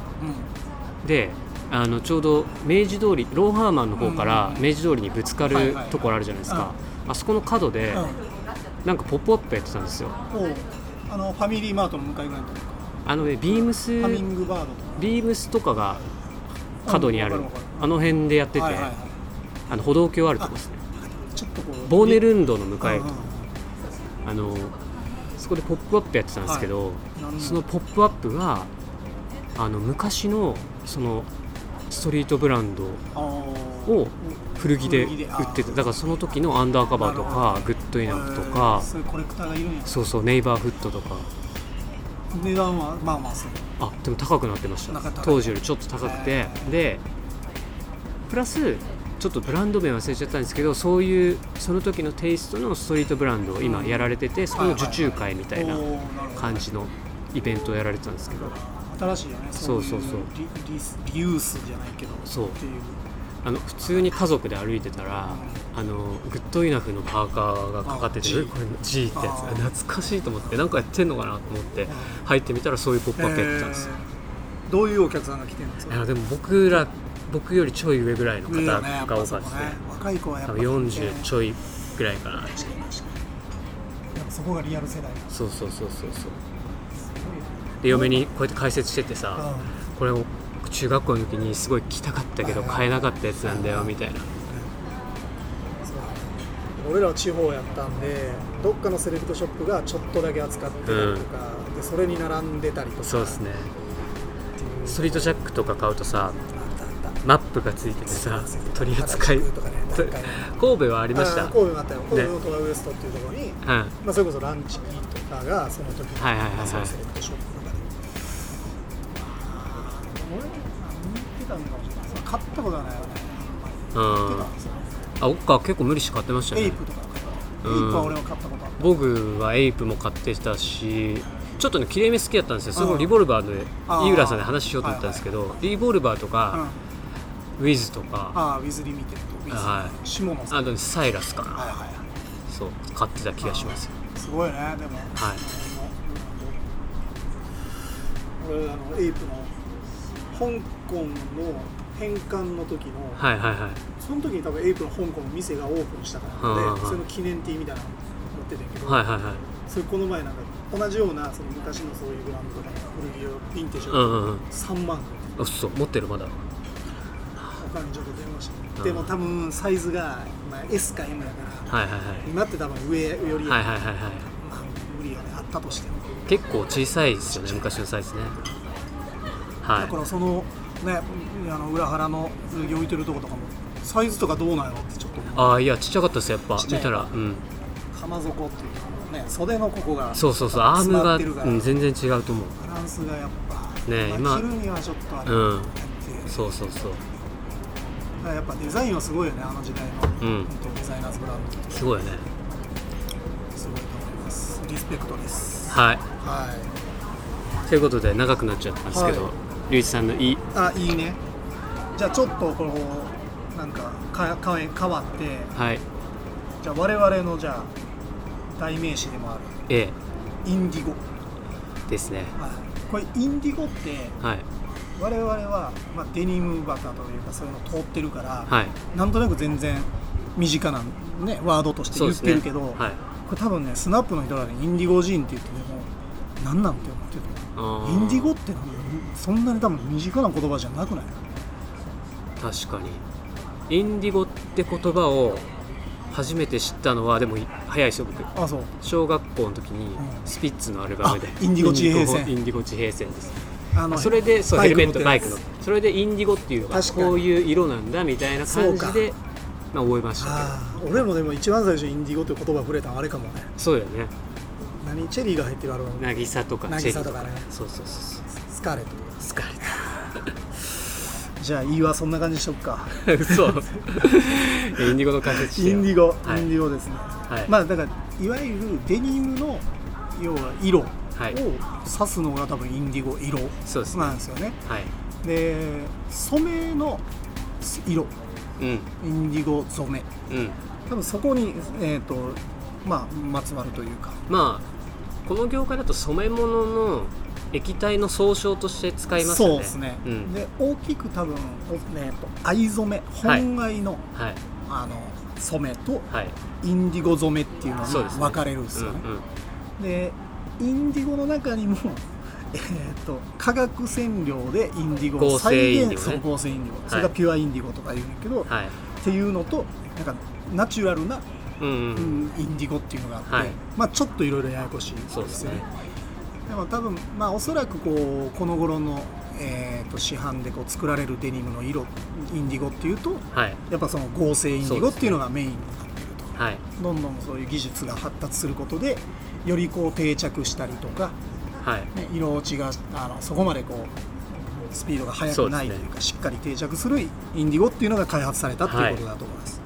[SPEAKER 1] であのちょうど明治通りローハーマンの方から明治通りにぶつか
[SPEAKER 2] はいはい
[SPEAKER 1] る
[SPEAKER 2] はい
[SPEAKER 1] ところあるじゃないですかあそこの角でなんか「ポップアップやってたんですよ
[SPEAKER 2] うん、うん、おあのファミリーマートの向かいぐらいのとこか
[SPEAKER 1] あのねビームス
[SPEAKER 2] ハミングバードとか
[SPEAKER 1] ビームスとかが角にある
[SPEAKER 2] うんわかるわか
[SPEAKER 1] あの辺でやってて
[SPEAKER 2] はいはいは
[SPEAKER 1] あの歩道橋あるとこですね
[SPEAKER 2] い、ちょっとこう
[SPEAKER 1] ボーネルンドの向
[SPEAKER 2] うん
[SPEAKER 1] かい
[SPEAKER 2] うん
[SPEAKER 1] あのそこで「ポップアップやってたんですけど
[SPEAKER 2] なんだ
[SPEAKER 1] その「ポップアップがあの昔のそのストリートブランド
[SPEAKER 2] あ
[SPEAKER 1] を
[SPEAKER 2] を
[SPEAKER 1] 古着で売っててだからその時のアンダーカバーと
[SPEAKER 2] な
[SPEAKER 1] かグッドイナフとか
[SPEAKER 2] そういうコレクターがいるんや
[SPEAKER 1] そうそうネイバーフットとか
[SPEAKER 2] 値段はまあまあする
[SPEAKER 1] あでも高くなってまし
[SPEAKER 2] な
[SPEAKER 1] た
[SPEAKER 2] んか高い
[SPEAKER 1] 当時よりちょっと高くて
[SPEAKER 2] へー
[SPEAKER 1] でプラスちょっとブランド名忘れちゃったんですけどそういうその時のテイストのストリートブランドを今やられててそこの受注会みたいな
[SPEAKER 2] おーなるほど
[SPEAKER 1] 感じのイベントをやられてたんですけど
[SPEAKER 2] 新しいよね
[SPEAKER 1] そう
[SPEAKER 2] い
[SPEAKER 1] そうそう
[SPEAKER 2] リリスリユースじゃないけど
[SPEAKER 1] そう
[SPEAKER 2] っていう
[SPEAKER 1] あの普通に家族で歩いてたらあのグッドイナフのパーカーがかかってて
[SPEAKER 2] あ
[SPEAKER 1] えこれ G ってやつ
[SPEAKER 2] あー
[SPEAKER 1] 懐かしいと思ってなんかやってんのかなと思って
[SPEAKER 2] ん
[SPEAKER 1] 入ってみたらそういうポップアップやってたんですよ、
[SPEAKER 2] えーどういうお客さんが来てるんです
[SPEAKER 1] い
[SPEAKER 2] か
[SPEAKER 1] やでも僕ら僕よりちょい上ぐらいの方
[SPEAKER 2] 上だ
[SPEAKER 1] が
[SPEAKER 2] ねや
[SPEAKER 1] 多
[SPEAKER 2] っ
[SPEAKER 1] か
[SPEAKER 2] ぱ
[SPEAKER 1] っ
[SPEAKER 2] そ
[SPEAKER 1] た
[SPEAKER 2] こ
[SPEAKER 1] で
[SPEAKER 2] ね
[SPEAKER 1] すね
[SPEAKER 2] 若い子はやっ
[SPEAKER 1] 多
[SPEAKER 2] ぱ
[SPEAKER 1] 分40ち
[SPEAKER 2] ょ
[SPEAKER 1] ょいぐらいかな
[SPEAKER 2] 確かに確かにやっぱそこがリアル世代だ
[SPEAKER 1] そうそうそうそうそう
[SPEAKER 2] すごいよね
[SPEAKER 1] で嫁にこうやって解説しててさ、
[SPEAKER 2] うん
[SPEAKER 1] これを中学校の時にすごい着たかったけど買えなかったやつなんだよみたいな
[SPEAKER 2] そう俺らは地方やったんでどっかのセレクトショップがちょっとだけ扱ってたりとか、でそれに並んでたりとか
[SPEAKER 1] そうですね
[SPEAKER 2] っていう
[SPEAKER 1] ストリートジャックとか買うとさ
[SPEAKER 2] あったあった
[SPEAKER 1] マップがついててさ取り扱い
[SPEAKER 2] 原宿とかね
[SPEAKER 1] と
[SPEAKER 2] なんかね
[SPEAKER 1] 神戸はありました
[SPEAKER 2] あ
[SPEAKER 1] う
[SPEAKER 2] ー
[SPEAKER 1] ん
[SPEAKER 2] 神戸もあったよ神戸のトラウエストっていうところに、
[SPEAKER 1] はい
[SPEAKER 2] まあ、それこそランチキとかがその時の、
[SPEAKER 1] はいはいはいはい
[SPEAKER 2] そのセレクトショップとかで俺何言ってたんかもしれないそれ買ったことはないよね
[SPEAKER 1] うん
[SPEAKER 2] あんまり言ってたんですよ
[SPEAKER 1] あ僕は結構無理して買ってました
[SPEAKER 2] エイ
[SPEAKER 1] ね
[SPEAKER 2] プとか買った
[SPEAKER 1] うん
[SPEAKER 2] エイプは俺は買ったことある
[SPEAKER 1] 僕はエイプも買ってたしちょっとね切れ目好きだったんですよそれもリボルバーで井浦さんで話しようと思ったんですけど、リボルバーと
[SPEAKER 2] うん
[SPEAKER 1] か、ウィズとか
[SPEAKER 2] ああウィズリミテッドウィズ、
[SPEAKER 1] はい
[SPEAKER 2] 下野さん
[SPEAKER 1] あとねサイラスかな、
[SPEAKER 2] はいはいは
[SPEAKER 1] そう買ってた気がしますよ
[SPEAKER 2] いすごいねでも
[SPEAKER 1] はい
[SPEAKER 2] 俺あのエイプの香港の返還の時の、
[SPEAKER 1] はいはいはい
[SPEAKER 2] その時に多分エイプの香港の店がオープンしたからな
[SPEAKER 1] は
[SPEAKER 2] の
[SPEAKER 1] いはい
[SPEAKER 2] で、それの記念 T みたいなの持ってたんやけど、
[SPEAKER 1] はいはいはい
[SPEAKER 2] それこの前なんか同じようなその昔のそういうブランドの古着をヴィンテージ
[SPEAKER 1] うん
[SPEAKER 2] を
[SPEAKER 1] うんうん
[SPEAKER 2] 3万
[SPEAKER 1] あそう持ってるまだ
[SPEAKER 2] お金にちょっと出ましたね、
[SPEAKER 1] うん
[SPEAKER 2] でも多分サイズが、まあ、S か M やから
[SPEAKER 1] はいはいはい
[SPEAKER 2] 今って多分上より、
[SPEAKER 1] はいはいはいはい
[SPEAKER 2] まあ、無理やねあったとしても、
[SPEAKER 1] 結構小さいですよね昔のサイズねは
[SPEAKER 2] だか
[SPEAKER 1] い
[SPEAKER 2] らそのねあの裏腹の古着置いてるとことかもサイズとかどうなんやろってちょっと思う
[SPEAKER 1] ああいやちっちゃかったですやっぱ
[SPEAKER 2] ちっちゃ
[SPEAKER 1] 見
[SPEAKER 2] い
[SPEAKER 1] たらうん
[SPEAKER 2] 釜底っていうかね袖のここが
[SPEAKER 1] そうそうそうアーム
[SPEAKER 2] 詰ま
[SPEAKER 1] が、
[SPEAKER 2] ってるから
[SPEAKER 1] うん、全然違うと思う
[SPEAKER 2] バランスがやっぱ
[SPEAKER 1] ねえ
[SPEAKER 2] ま
[SPEAKER 1] 今
[SPEAKER 2] あ着るにはちょっとあれ
[SPEAKER 1] うん
[SPEAKER 2] だって
[SPEAKER 1] そうそうそう
[SPEAKER 2] だからやっぱデザインはすごいよねあの時代の、
[SPEAKER 1] うん
[SPEAKER 2] 本当デザイナーズブランドって
[SPEAKER 1] すごいよね
[SPEAKER 2] すごいと思いますリスペクトです
[SPEAKER 1] はい
[SPEAKER 2] はい
[SPEAKER 1] ということで長くなっちゃったんですけど
[SPEAKER 2] はい
[SPEAKER 1] 龍一さんの「い」
[SPEAKER 2] あいいねじゃあちょっとこのなんかかか変わって
[SPEAKER 1] はい
[SPEAKER 2] じゃあ我々のじゃあ代名詞でもある
[SPEAKER 1] 「A
[SPEAKER 2] インディゴ、」
[SPEAKER 1] ですね
[SPEAKER 2] はい、これインディゴって
[SPEAKER 1] はい
[SPEAKER 2] 我々は、まあ、デニムバタというかそういうの通ってるから、
[SPEAKER 1] はい
[SPEAKER 2] なんとなく全然身近な、ね、ワードとして
[SPEAKER 1] そう
[SPEAKER 2] 言
[SPEAKER 1] で
[SPEAKER 2] っ
[SPEAKER 1] す
[SPEAKER 2] て
[SPEAKER 1] ね
[SPEAKER 2] るけど、
[SPEAKER 1] はい
[SPEAKER 2] これ多分ねスナップの人らでインディゴジーンって言っても何なんて思ってる
[SPEAKER 1] あー
[SPEAKER 2] インディゴってなんだそんなに多分身近な言葉じゃなくない
[SPEAKER 1] 確かにインディゴって言葉を初めて知ったのはでもい早いですよ僕
[SPEAKER 2] あそう
[SPEAKER 1] 小学校の時に
[SPEAKER 2] うん
[SPEAKER 1] スピッツのアルバムで
[SPEAKER 2] あインディゴ地平線
[SPEAKER 1] インディゴ地平線です
[SPEAKER 2] あの
[SPEAKER 1] それでそう
[SPEAKER 2] バ
[SPEAKER 1] ヘ
[SPEAKER 2] イ
[SPEAKER 1] ル
[SPEAKER 2] ク
[SPEAKER 1] メ
[SPEAKER 2] 乗っ
[SPEAKER 1] ット
[SPEAKER 2] てる
[SPEAKER 1] バイクのそれでインディゴっていうのが
[SPEAKER 2] 確かに
[SPEAKER 1] こういう色なんだみたいな感じでまあ覚えました
[SPEAKER 2] ああ俺もでも一番最初インディゴって言葉触れたのあれかもね
[SPEAKER 1] けどそうだよね
[SPEAKER 2] 何チェリーが入ってるアルバム
[SPEAKER 1] 渚とかチェリ
[SPEAKER 2] 渚
[SPEAKER 1] ー
[SPEAKER 2] と
[SPEAKER 1] と
[SPEAKER 2] か
[SPEAKER 1] か
[SPEAKER 2] ね
[SPEAKER 1] そうそうそう
[SPEAKER 2] スカーレットとか
[SPEAKER 1] 疲れた
[SPEAKER 2] じゃあいいわそんな感じにしとくか
[SPEAKER 1] 嘘 インディゴの解説して
[SPEAKER 2] イ
[SPEAKER 1] よ
[SPEAKER 2] ンディゴ、
[SPEAKER 1] はい
[SPEAKER 2] インディゴですね、
[SPEAKER 1] はい
[SPEAKER 2] まあだからいわゆるデニムの要は色を
[SPEAKER 1] はい
[SPEAKER 2] 指すのが多分インディゴ色
[SPEAKER 1] そうですね
[SPEAKER 2] なんですよね
[SPEAKER 1] はい
[SPEAKER 2] で染めの色
[SPEAKER 1] うん
[SPEAKER 2] インディゴ染め
[SPEAKER 1] うん
[SPEAKER 2] 多分そこに、えーとまあ、まつわるというか
[SPEAKER 1] まあこの業界だと染め物の液体の総称として使いますよね
[SPEAKER 2] そうですね、
[SPEAKER 1] うん
[SPEAKER 2] で大きく多分、おえー、と藍染め
[SPEAKER 1] はい
[SPEAKER 2] 本藍の,、
[SPEAKER 1] はい
[SPEAKER 2] あの染めと
[SPEAKER 1] はい
[SPEAKER 2] インディゴ染めっていうのに
[SPEAKER 1] そうですね
[SPEAKER 2] 分かれるんですよね
[SPEAKER 1] うんうん
[SPEAKER 2] でインディゴの中にも、 えー、と化学染料でインディゴを
[SPEAKER 1] 合成
[SPEAKER 2] 再
[SPEAKER 1] イ
[SPEAKER 2] 現
[SPEAKER 1] ンディゴね
[SPEAKER 2] そう合成インディゴ、それがピュアインディゴとか言うんだけど、
[SPEAKER 1] はい
[SPEAKER 2] っていうのとなんかナチュラルな
[SPEAKER 1] うんうん
[SPEAKER 2] う
[SPEAKER 1] うん
[SPEAKER 2] んインディゴっていうのがあって、
[SPEAKER 1] はい
[SPEAKER 2] まあ、ちょっといろいろややこしいです
[SPEAKER 1] そう
[SPEAKER 2] よ
[SPEAKER 1] ですね
[SPEAKER 2] ねでも多分、まあ、おそらくこうこの頃の、えー、と市販でこう作られるデニムの色インディゴっていうと
[SPEAKER 1] はい
[SPEAKER 2] やっぱその合成インディゴっていうのがメインになってると、
[SPEAKER 1] はい
[SPEAKER 2] どんどんそういう技術が発達することでよりこう定着したりとか、
[SPEAKER 1] はい
[SPEAKER 2] ね、色落ちがあのそこまでこうスピードが速くないという
[SPEAKER 1] そう
[SPEAKER 2] かしっかり定着するインディゴっていうのが開発されたっていうことだと思います、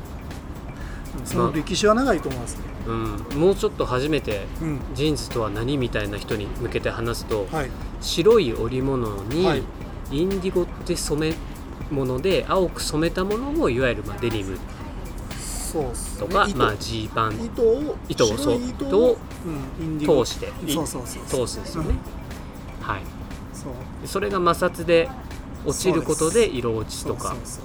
[SPEAKER 2] その歴史は長いと思いますね、
[SPEAKER 1] うんもうちょっと初めて
[SPEAKER 2] うん
[SPEAKER 1] ジーンズとは何みたいな人に向けて話すと、
[SPEAKER 2] はい、
[SPEAKER 1] 白い織物に、
[SPEAKER 2] はい
[SPEAKER 1] インディゴって染め物で青く染めたものをいわゆるまあデニム
[SPEAKER 2] そうっすね
[SPEAKER 1] とか
[SPEAKER 2] 糸
[SPEAKER 1] まあジーパン
[SPEAKER 2] 糸を
[SPEAKER 1] 糸をそう
[SPEAKER 2] 白い糸
[SPEAKER 1] 糸を
[SPEAKER 2] うんインディゴ
[SPEAKER 1] 通して
[SPEAKER 2] そうそうそ
[SPEAKER 1] 通
[SPEAKER 2] う
[SPEAKER 1] すんですよね、はい
[SPEAKER 2] うんそう
[SPEAKER 1] それが摩擦で落ちること
[SPEAKER 2] そうで
[SPEAKER 1] です色落ちとか
[SPEAKER 2] そうそう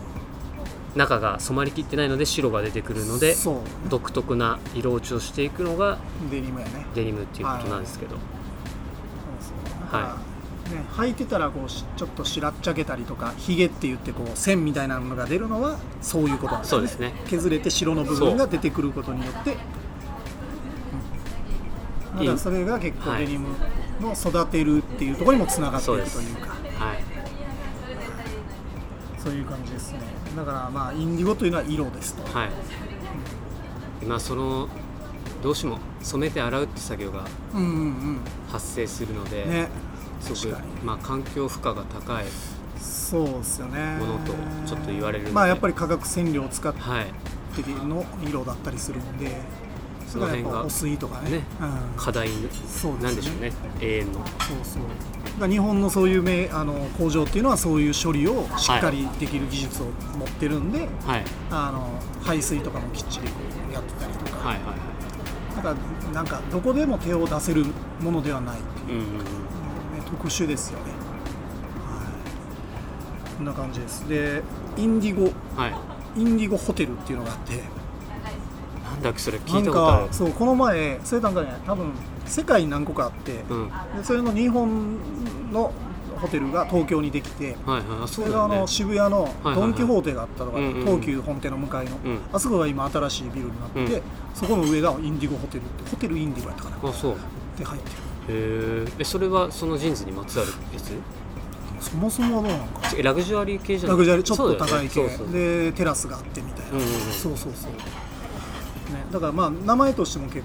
[SPEAKER 1] 中が染まりきってないので白が出てく
[SPEAKER 2] そ
[SPEAKER 1] る
[SPEAKER 2] う
[SPEAKER 1] ので
[SPEAKER 2] そう
[SPEAKER 1] 独特な色落ちをしていくのが
[SPEAKER 2] デニムやね
[SPEAKER 1] デニムっていうことなんですけど、
[SPEAKER 2] だからね、履いてたらこうしちょっとしらっちゃけたりとかひげって言ってこう線みたいなのが出るのはそういうことなんです
[SPEAKER 1] そう
[SPEAKER 2] ね
[SPEAKER 1] ですね
[SPEAKER 2] 削れて白の部分が出てくることによってうんだからそれが結構
[SPEAKER 1] はい
[SPEAKER 2] デニムの育てるっていうところにもつながってい
[SPEAKER 1] そう
[SPEAKER 2] く
[SPEAKER 1] です
[SPEAKER 2] というか
[SPEAKER 1] はい
[SPEAKER 2] そういう感じですねだからまあインディゴというのは色ですと
[SPEAKER 1] はい今そのどうしても染めて洗うって作業が
[SPEAKER 2] うんうん
[SPEAKER 1] 発生するので、
[SPEAKER 2] うんね
[SPEAKER 1] すごく
[SPEAKER 2] 確かに
[SPEAKER 1] まあ環境負荷が高い
[SPEAKER 2] そうですよね
[SPEAKER 1] ものとちょっと言われるので
[SPEAKER 2] まあやっぱり化学染料を使っ
[SPEAKER 1] はい
[SPEAKER 2] ての色だったりするんで
[SPEAKER 1] そ
[SPEAKER 2] そ
[SPEAKER 1] の
[SPEAKER 2] れが
[SPEAKER 1] 辺
[SPEAKER 2] やっぱ
[SPEAKER 1] が
[SPEAKER 2] お水とかね
[SPEAKER 1] ね
[SPEAKER 2] うん、
[SPEAKER 1] 課題
[SPEAKER 2] そうですね
[SPEAKER 1] なんでしょうね永遠の
[SPEAKER 2] そうそうだから日本のそういうめあの工場っていうのはそういう処理をしっかりできる技術を持ってるんで、
[SPEAKER 1] はい
[SPEAKER 2] あの排水とかもきっちりこうやってたりとか、
[SPEAKER 1] はいはいは
[SPEAKER 2] だからなんかどこでも手を出せるものではないっていう
[SPEAKER 1] いうんうんうん
[SPEAKER 2] ね、特殊ですよね、はい、こんな感じですでインディゴ
[SPEAKER 1] はい
[SPEAKER 2] インディゴホテルっていうのがあって
[SPEAKER 1] なんだっけそれ聞
[SPEAKER 2] ないん
[SPEAKER 1] たことあ
[SPEAKER 2] か
[SPEAKER 1] る
[SPEAKER 2] そうこの前それなんかね多分世界に何個かあって、
[SPEAKER 1] うんは
[SPEAKER 2] でそれの日本のホテルが東京にできて
[SPEAKER 1] いはいあ
[SPEAKER 2] そ
[SPEAKER 1] そう
[SPEAKER 2] れ
[SPEAKER 1] だ
[SPEAKER 2] があ
[SPEAKER 1] よね
[SPEAKER 2] の渋谷の
[SPEAKER 1] はいはい
[SPEAKER 2] ドン・キホーテがあったのが
[SPEAKER 1] うんうんうん
[SPEAKER 2] 東急本店の向かいの、
[SPEAKER 1] うん
[SPEAKER 2] あそこが今新しいビルになって、
[SPEAKER 1] うん
[SPEAKER 2] そこの上がインディゴホテルってホテルインディゴやったかなっ
[SPEAKER 1] あそう
[SPEAKER 2] て入ってる
[SPEAKER 1] へえそれはそのジーンズにまつわるやつ
[SPEAKER 2] そもそもどうなのか
[SPEAKER 1] えラグジュアリー系じゃな
[SPEAKER 2] ラ
[SPEAKER 1] い
[SPEAKER 2] グジュアリーちょっと高い系、
[SPEAKER 1] そうだよねそうそう
[SPEAKER 2] でテラスがあってみたいな、
[SPEAKER 1] うんうんうん
[SPEAKER 2] そうそうそう、ね、だからまあ名前としても結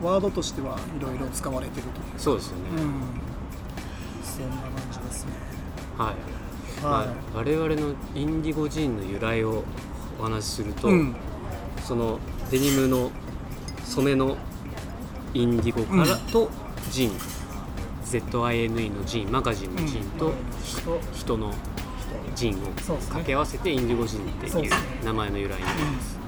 [SPEAKER 2] 構ワードとしてはいろいろ使われてるという
[SPEAKER 1] そうですよ
[SPEAKER 2] う
[SPEAKER 1] ね、
[SPEAKER 2] んそんな感じですね
[SPEAKER 1] はい、
[SPEAKER 2] はい、
[SPEAKER 1] まあ、我々のインディゴジーンの由来をお話しすると、
[SPEAKER 2] うん
[SPEAKER 1] そのデニムの染めのインディゴから、
[SPEAKER 2] うん
[SPEAKER 1] とジーン ZINE のジーンマガジンのジーンと、人のジーンを
[SPEAKER 2] そうですね
[SPEAKER 1] 掛け合わせてインディゴジーンって
[SPEAKER 2] そう
[SPEAKER 1] い
[SPEAKER 2] で
[SPEAKER 1] う
[SPEAKER 2] すね
[SPEAKER 1] 名前の由来になります、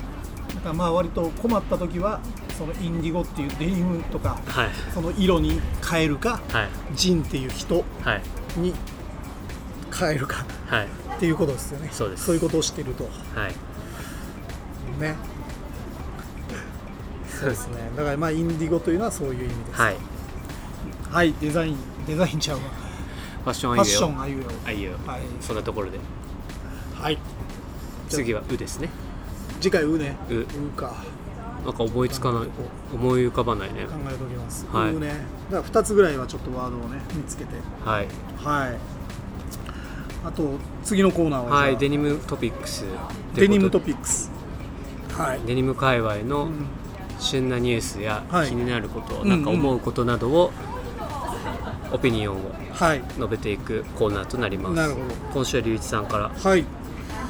[SPEAKER 2] だからまあ割と困った時はそのインディゴっていうデニムとか
[SPEAKER 1] はい
[SPEAKER 2] その色に変えるか
[SPEAKER 1] はい
[SPEAKER 2] ジンっていう人
[SPEAKER 1] はい
[SPEAKER 2] に変えるか
[SPEAKER 1] はい
[SPEAKER 2] っていうことですよね
[SPEAKER 1] そうです
[SPEAKER 2] そういうことをしてると
[SPEAKER 1] はい
[SPEAKER 2] ねそうですねだからまあインディゴというのはそういう意味です
[SPEAKER 1] はいフ
[SPEAKER 2] はいデザインデザインちゃうわ
[SPEAKER 1] ァッション
[SPEAKER 2] フ
[SPEAKER 1] ア
[SPEAKER 2] ァ
[SPEAKER 1] イ
[SPEAKER 2] ッ
[SPEAKER 1] デ
[SPEAKER 2] シ
[SPEAKER 1] ア
[SPEAKER 2] ョンあいうよ
[SPEAKER 1] あいいよ、
[SPEAKER 2] はい
[SPEAKER 1] そんなところで
[SPEAKER 2] はい
[SPEAKER 1] 次は「う」ですね
[SPEAKER 2] 次回うね
[SPEAKER 1] 「う
[SPEAKER 2] うか」
[SPEAKER 1] なんか思いつかない思い浮かばないね
[SPEAKER 2] 考えておきます、
[SPEAKER 1] はいう
[SPEAKER 2] ねだから2つぐらいはちょっとワードをね見つけて
[SPEAKER 1] はい
[SPEAKER 2] はい。あと次のコーナーはじゃあ
[SPEAKER 1] はいデニムトピックス
[SPEAKER 2] デニムト
[SPEAKER 1] ック
[SPEAKER 2] ピックス。はい。
[SPEAKER 1] デニム界隈
[SPEAKER 2] う
[SPEAKER 1] の
[SPEAKER 2] ん
[SPEAKER 1] 旬なニュースや
[SPEAKER 2] はい
[SPEAKER 1] 気になること、
[SPEAKER 2] うん
[SPEAKER 1] なんか思うことなどを、オピニオンを
[SPEAKER 2] はい。
[SPEAKER 1] 述べていくコーナーとなります
[SPEAKER 2] なるほ
[SPEAKER 1] 今週は龍一さんから
[SPEAKER 2] ど。はい。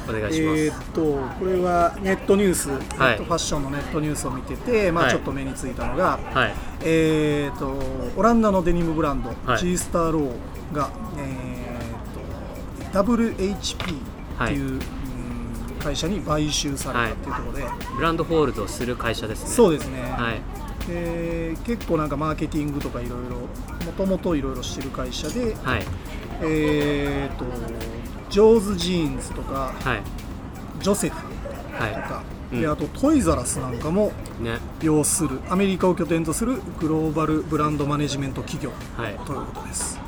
[SPEAKER 1] お願いします、
[SPEAKER 2] えーっとこれはネットニュース、
[SPEAKER 1] はい
[SPEAKER 2] ネットファッションのネットニュースを見てて、ま
[SPEAKER 1] は
[SPEAKER 2] あ
[SPEAKER 1] い
[SPEAKER 2] ちょっと目についたのが、
[SPEAKER 1] はい
[SPEAKER 2] えーっとオランダのデニムブランド、
[SPEAKER 1] はい
[SPEAKER 2] G スターローが、えーっと WHP っていう、うん会社に買収されたっていうところで、
[SPEAKER 1] ブランドホールドする会社ですね
[SPEAKER 2] そうですね。
[SPEAKER 1] はい
[SPEAKER 2] えー結構なんかマーケティングとかいろいろもともといろいろしてる会社で、
[SPEAKER 1] はい
[SPEAKER 2] えー、とジョーズジーンズとか
[SPEAKER 1] はい
[SPEAKER 2] ジョセフと
[SPEAKER 1] は
[SPEAKER 2] か、
[SPEAKER 1] うん
[SPEAKER 2] であとトイザラスなんかも
[SPEAKER 1] いね
[SPEAKER 2] 要するアメリカを拠点とするグローバルブランドマネジメント企業
[SPEAKER 1] はい
[SPEAKER 2] ということです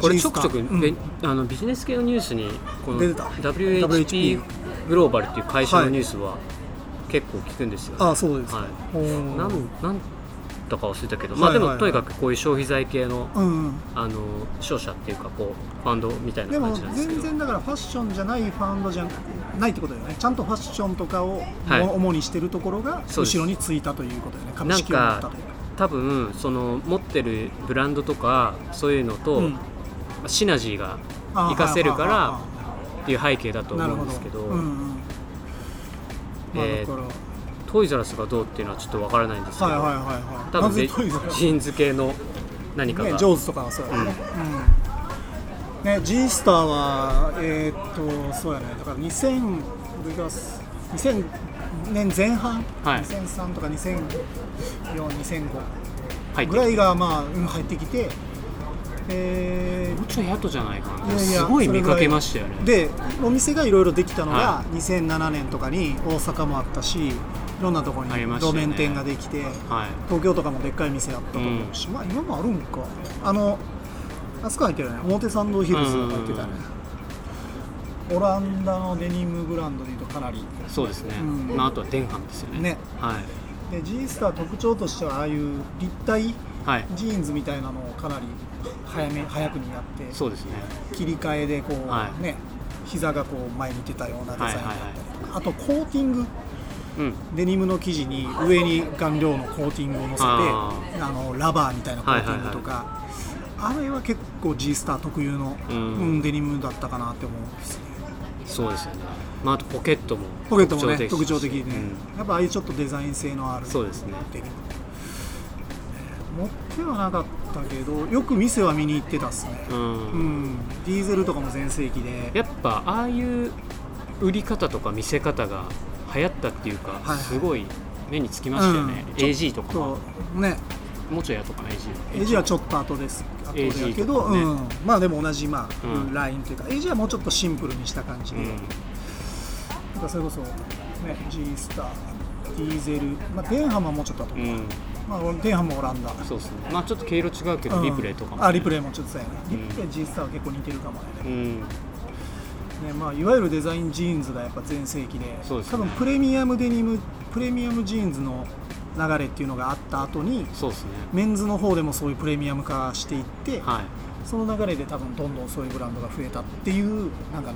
[SPEAKER 1] これ
[SPEAKER 2] ジ
[SPEAKER 1] ち
[SPEAKER 2] ー
[SPEAKER 1] ょ
[SPEAKER 2] ンス
[SPEAKER 1] く
[SPEAKER 2] か
[SPEAKER 1] ちょく、
[SPEAKER 2] うん
[SPEAKER 1] べあのビジネス系のニュースにこの
[SPEAKER 2] 出てた WHP
[SPEAKER 1] WHP グローバルっていう会社のニュースは結構聞くんですよ、ね
[SPEAKER 2] ああそうですか、
[SPEAKER 1] はい
[SPEAKER 2] おー
[SPEAKER 1] なんなんだか忘れたけど、
[SPEAKER 2] はいは
[SPEAKER 1] ま
[SPEAKER 2] いは
[SPEAKER 1] あ
[SPEAKER 2] い
[SPEAKER 1] でもとにかくこういう消費財系の
[SPEAKER 2] うんうん
[SPEAKER 1] あの商社っていうかこうファンドみたいな
[SPEAKER 2] でも
[SPEAKER 1] 感じなんですけ
[SPEAKER 2] 全
[SPEAKER 1] ど
[SPEAKER 2] 然だからファッションじゃないファンドじゃないってことだよねちゃんとファッションとかを
[SPEAKER 1] はい
[SPEAKER 2] も主にしてるところが
[SPEAKER 1] そうです
[SPEAKER 2] 後ろについたということだよね株
[SPEAKER 1] なん
[SPEAKER 2] 式を持った
[SPEAKER 1] か
[SPEAKER 2] というか
[SPEAKER 1] 多分その持ってるブランドとかそういうのと、
[SPEAKER 2] うん
[SPEAKER 1] シナジーが
[SPEAKER 2] あー
[SPEAKER 1] 活かせるから
[SPEAKER 2] はいはいはいはい
[SPEAKER 1] っていう背景だと
[SPEAKER 2] なる
[SPEAKER 1] 思う
[SPEAKER 2] ほ
[SPEAKER 1] ん
[SPEAKER 2] ど
[SPEAKER 1] ですけど
[SPEAKER 2] うんうんまあ
[SPEAKER 1] えー
[SPEAKER 2] だから
[SPEAKER 1] トイザラスがどうっていうのはちょっとわからないんですけど、
[SPEAKER 2] はいはいはいはい
[SPEAKER 1] 多
[SPEAKER 2] ま
[SPEAKER 1] 分
[SPEAKER 2] ず
[SPEAKER 1] で
[SPEAKER 2] いトイザらス
[SPEAKER 1] ジーンズ系の何かが、
[SPEAKER 2] ねジョーズとかはそうやねうんね G スターはえーっとそうやねだから2000俺が2000年前半、
[SPEAKER 1] はい
[SPEAKER 2] 2003とか20042005
[SPEAKER 1] 入っ
[SPEAKER 2] ぐ
[SPEAKER 1] てる
[SPEAKER 2] らいがまあ、うん、入ってきてえ
[SPEAKER 1] もうちょい後じゃないかな
[SPEAKER 2] ーいやいや
[SPEAKER 1] すごい
[SPEAKER 2] それ
[SPEAKER 1] 見
[SPEAKER 2] ぐら
[SPEAKER 1] かけましたよね
[SPEAKER 2] でお店がいろいろできたのが
[SPEAKER 1] は
[SPEAKER 2] 2007年とかに大阪もあったしいろんなところ
[SPEAKER 1] あり
[SPEAKER 2] に
[SPEAKER 1] ました
[SPEAKER 2] 路
[SPEAKER 1] よね
[SPEAKER 2] 面店ができて、
[SPEAKER 1] はい
[SPEAKER 2] 東京とかもでっかい店あったと思うし、まあ今もあるんかあのあそこ入ってるね表参道ヒルズとか入ってたねオランダのデニムブランドでいうとかなり
[SPEAKER 1] そうですね、
[SPEAKER 2] うん
[SPEAKER 1] まあ、あとは電ンですよね
[SPEAKER 2] ね
[SPEAKER 1] はい
[SPEAKER 2] で G スター特徴としてはああいう立体
[SPEAKER 1] はい
[SPEAKER 2] ジーンズみたいなのをかなり早め早くにやって
[SPEAKER 1] そうですね
[SPEAKER 2] 切り替えでこう、
[SPEAKER 1] はい
[SPEAKER 2] ね膝がこう前に出たようなデザインだったりとか、あとコーティング
[SPEAKER 1] うん
[SPEAKER 2] デニムの生地に上に顔料のコーティングをのせてあ
[SPEAKER 1] あ
[SPEAKER 2] のラバーみたいなコーティングとか、あれは結構 G スター特有の、
[SPEAKER 1] うん
[SPEAKER 2] うんデニムだったかなって思うんですね
[SPEAKER 1] そうですよね、まあ、あとポケットも
[SPEAKER 2] ポケットもね
[SPEAKER 1] 特
[SPEAKER 2] 特
[SPEAKER 1] 徴
[SPEAKER 2] 徴
[SPEAKER 1] 的で
[SPEAKER 2] 的ですね、やっぱああいうちょっとデザイン性のある
[SPEAKER 1] そうですね
[SPEAKER 2] デニム持ってはなかったけどよく店は見に行ってたっすね
[SPEAKER 1] う
[SPEAKER 2] うん、
[SPEAKER 1] ん、
[SPEAKER 2] ディーゼルとかも全盛期で
[SPEAKER 1] やっぱああいう売り方とか見せ方が流行ったっていうか、
[SPEAKER 2] いはい
[SPEAKER 1] すごい目につきましたよね、
[SPEAKER 2] うん
[SPEAKER 1] AG とかも
[SPEAKER 2] とね
[SPEAKER 1] もうちょいやとかの AG
[SPEAKER 2] エイジはちょっと後です後
[SPEAKER 1] エイジ
[SPEAKER 2] だけど、
[SPEAKER 1] とかね
[SPEAKER 2] うん、まあでも同じ、まあ
[SPEAKER 1] うん
[SPEAKER 2] ラインというかエイジはもうちょっとシンプルにした感じ
[SPEAKER 1] う
[SPEAKER 2] で、
[SPEAKER 1] ん
[SPEAKER 2] なんかそれこそ、ね、G スターディーゼル、まあ、デンハムはもうちょっと後、
[SPEAKER 1] うん
[SPEAKER 2] まあ、デンハムもオランダ
[SPEAKER 1] そうですねまあちょっと毛色違うけど、
[SPEAKER 2] うん
[SPEAKER 1] リプレイとかも
[SPEAKER 2] あリプレイもちょっとそうやね
[SPEAKER 1] う
[SPEAKER 2] リ
[SPEAKER 1] ん
[SPEAKER 2] プレイ G スターは結構似てるかもね,、
[SPEAKER 1] うん
[SPEAKER 2] ねまあ、いわゆるデザインジーンズがやっぱ全盛期で
[SPEAKER 1] そうですね
[SPEAKER 2] 多分プレミアムデニムプレミアムジーンズの流れっていうのがあった後に
[SPEAKER 1] そうですね
[SPEAKER 2] メンズの方でもそういうプレミアム化していって、
[SPEAKER 1] はい
[SPEAKER 2] その流れで多分どんどんそういうブランドが増えたっていうなんか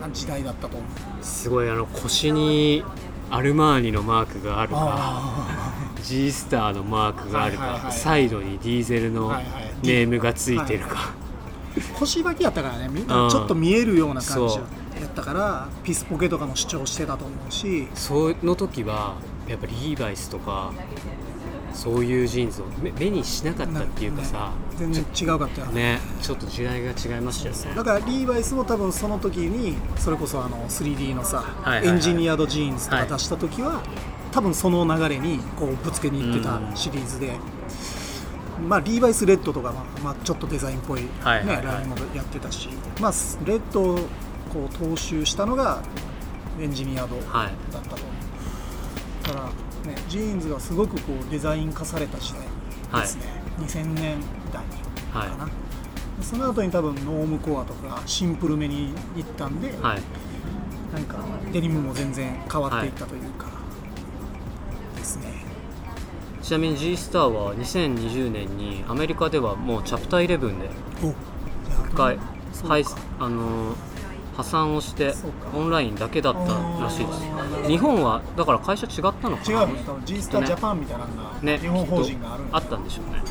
[SPEAKER 2] な時代だったと思う
[SPEAKER 1] すごいあの腰にアルマーニのマークがあるか
[SPEAKER 2] あ
[SPEAKER 1] G スターのマークがあるか、
[SPEAKER 2] はいはいはい
[SPEAKER 1] サイドにディーゼルの
[SPEAKER 2] はいはい
[SPEAKER 1] ネームがついてるか、
[SPEAKER 2] 腰履きやったからねみん
[SPEAKER 1] う
[SPEAKER 2] なんちょっと見えるような感じ
[SPEAKER 1] そう
[SPEAKER 2] やったからピスポケとかも主張してたと思うし
[SPEAKER 1] その時はやっぱリーバイスとかそういうジーンズを目目にしなかったっていうかさ
[SPEAKER 2] ね全然違うかったよね
[SPEAKER 1] ねちょっと時代が違いましたよね
[SPEAKER 2] だからリーバイスも多分その時にそれこそあの 3D のさ、
[SPEAKER 1] いはいはい
[SPEAKER 2] エンジニアードジーンズとか出した時は、多分その流れにこうぶつけにいってたシリーズで、まあ、リーバイスレッドとかは、まあ、ちょっとデザインっぽい、ね
[SPEAKER 1] はいはいはい
[SPEAKER 2] ラインもやってたし、まあ、レッドをこう踏襲したのがエンジニアードだ
[SPEAKER 1] はい
[SPEAKER 2] ったと、だから、ね、ジーンズがすごくこうデザイン化された時代ですね、2000年代かな。
[SPEAKER 1] は
[SPEAKER 2] その後に多分ノームコアとかシンプルめに行ったんで、
[SPEAKER 1] はい
[SPEAKER 2] なんかデニムも全然変わっていったというか、ですね
[SPEAKER 1] ちなみに G スターは2020年にアメリカではもうチャプター11で
[SPEAKER 2] お
[SPEAKER 1] 一回
[SPEAKER 2] そうか
[SPEAKER 1] 廃あのー破産をして
[SPEAKER 2] そうか
[SPEAKER 1] オンラインだけだったらしいです日本はだから会社違ったのか
[SPEAKER 2] 違う
[SPEAKER 1] な
[SPEAKER 2] よね多分 G スタージャパンみたいなのが、
[SPEAKER 1] ね
[SPEAKER 2] 日本法人があるん
[SPEAKER 1] きっ
[SPEAKER 2] だ
[SPEAKER 1] とあったんでしょうね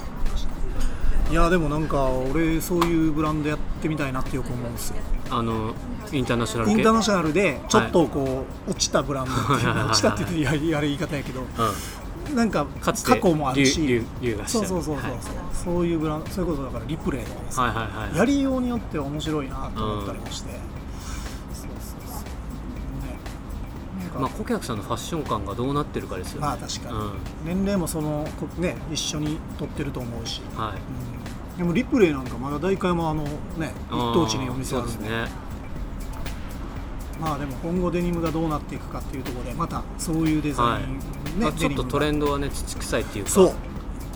[SPEAKER 2] いやでもなんか俺そういうブランドやってみたいなってよく思うんですよ
[SPEAKER 1] あのインターナショナル
[SPEAKER 2] イ
[SPEAKER 1] 系
[SPEAKER 2] ンターナショナルでちょっとこう、落ちたブランドっ
[SPEAKER 1] はいは
[SPEAKER 2] ていう
[SPEAKER 1] いはいはい
[SPEAKER 2] 落ちたって言うとやりやり言い方 やけどなんか
[SPEAKER 1] うん、か
[SPEAKER 2] 過
[SPEAKER 1] つて
[SPEAKER 2] 去もある
[SPEAKER 1] 龍
[SPEAKER 2] し
[SPEAKER 1] 龍龍がした
[SPEAKER 2] そうそうそうそう、
[SPEAKER 1] はい
[SPEAKER 2] そういうブランドそれこそだからリプレイとかもさ
[SPEAKER 1] はいはいはい
[SPEAKER 2] やりようによっては面白いなと思ったりもして、そうそうそうねなんか
[SPEAKER 1] まあ、顧客さんのファッション感がどうなってるかですよね、
[SPEAKER 2] まあ確かに
[SPEAKER 1] うん
[SPEAKER 2] 年齢もそのこね一緒に撮ってると思うし、
[SPEAKER 1] はい
[SPEAKER 2] うんでもリプレイなんかまだ大会もあのね一等地にお店あ
[SPEAKER 1] うん
[SPEAKER 2] る
[SPEAKER 1] そ
[SPEAKER 2] ん
[SPEAKER 1] うで
[SPEAKER 2] です
[SPEAKER 1] ね
[SPEAKER 2] まあでも今後デニムがどうなっていくかっていうところでまたそういうデザイン、ね
[SPEAKER 1] まあ、ちょっとトレ
[SPEAKER 2] ン
[SPEAKER 1] ンドはね土臭いっていうか
[SPEAKER 2] そ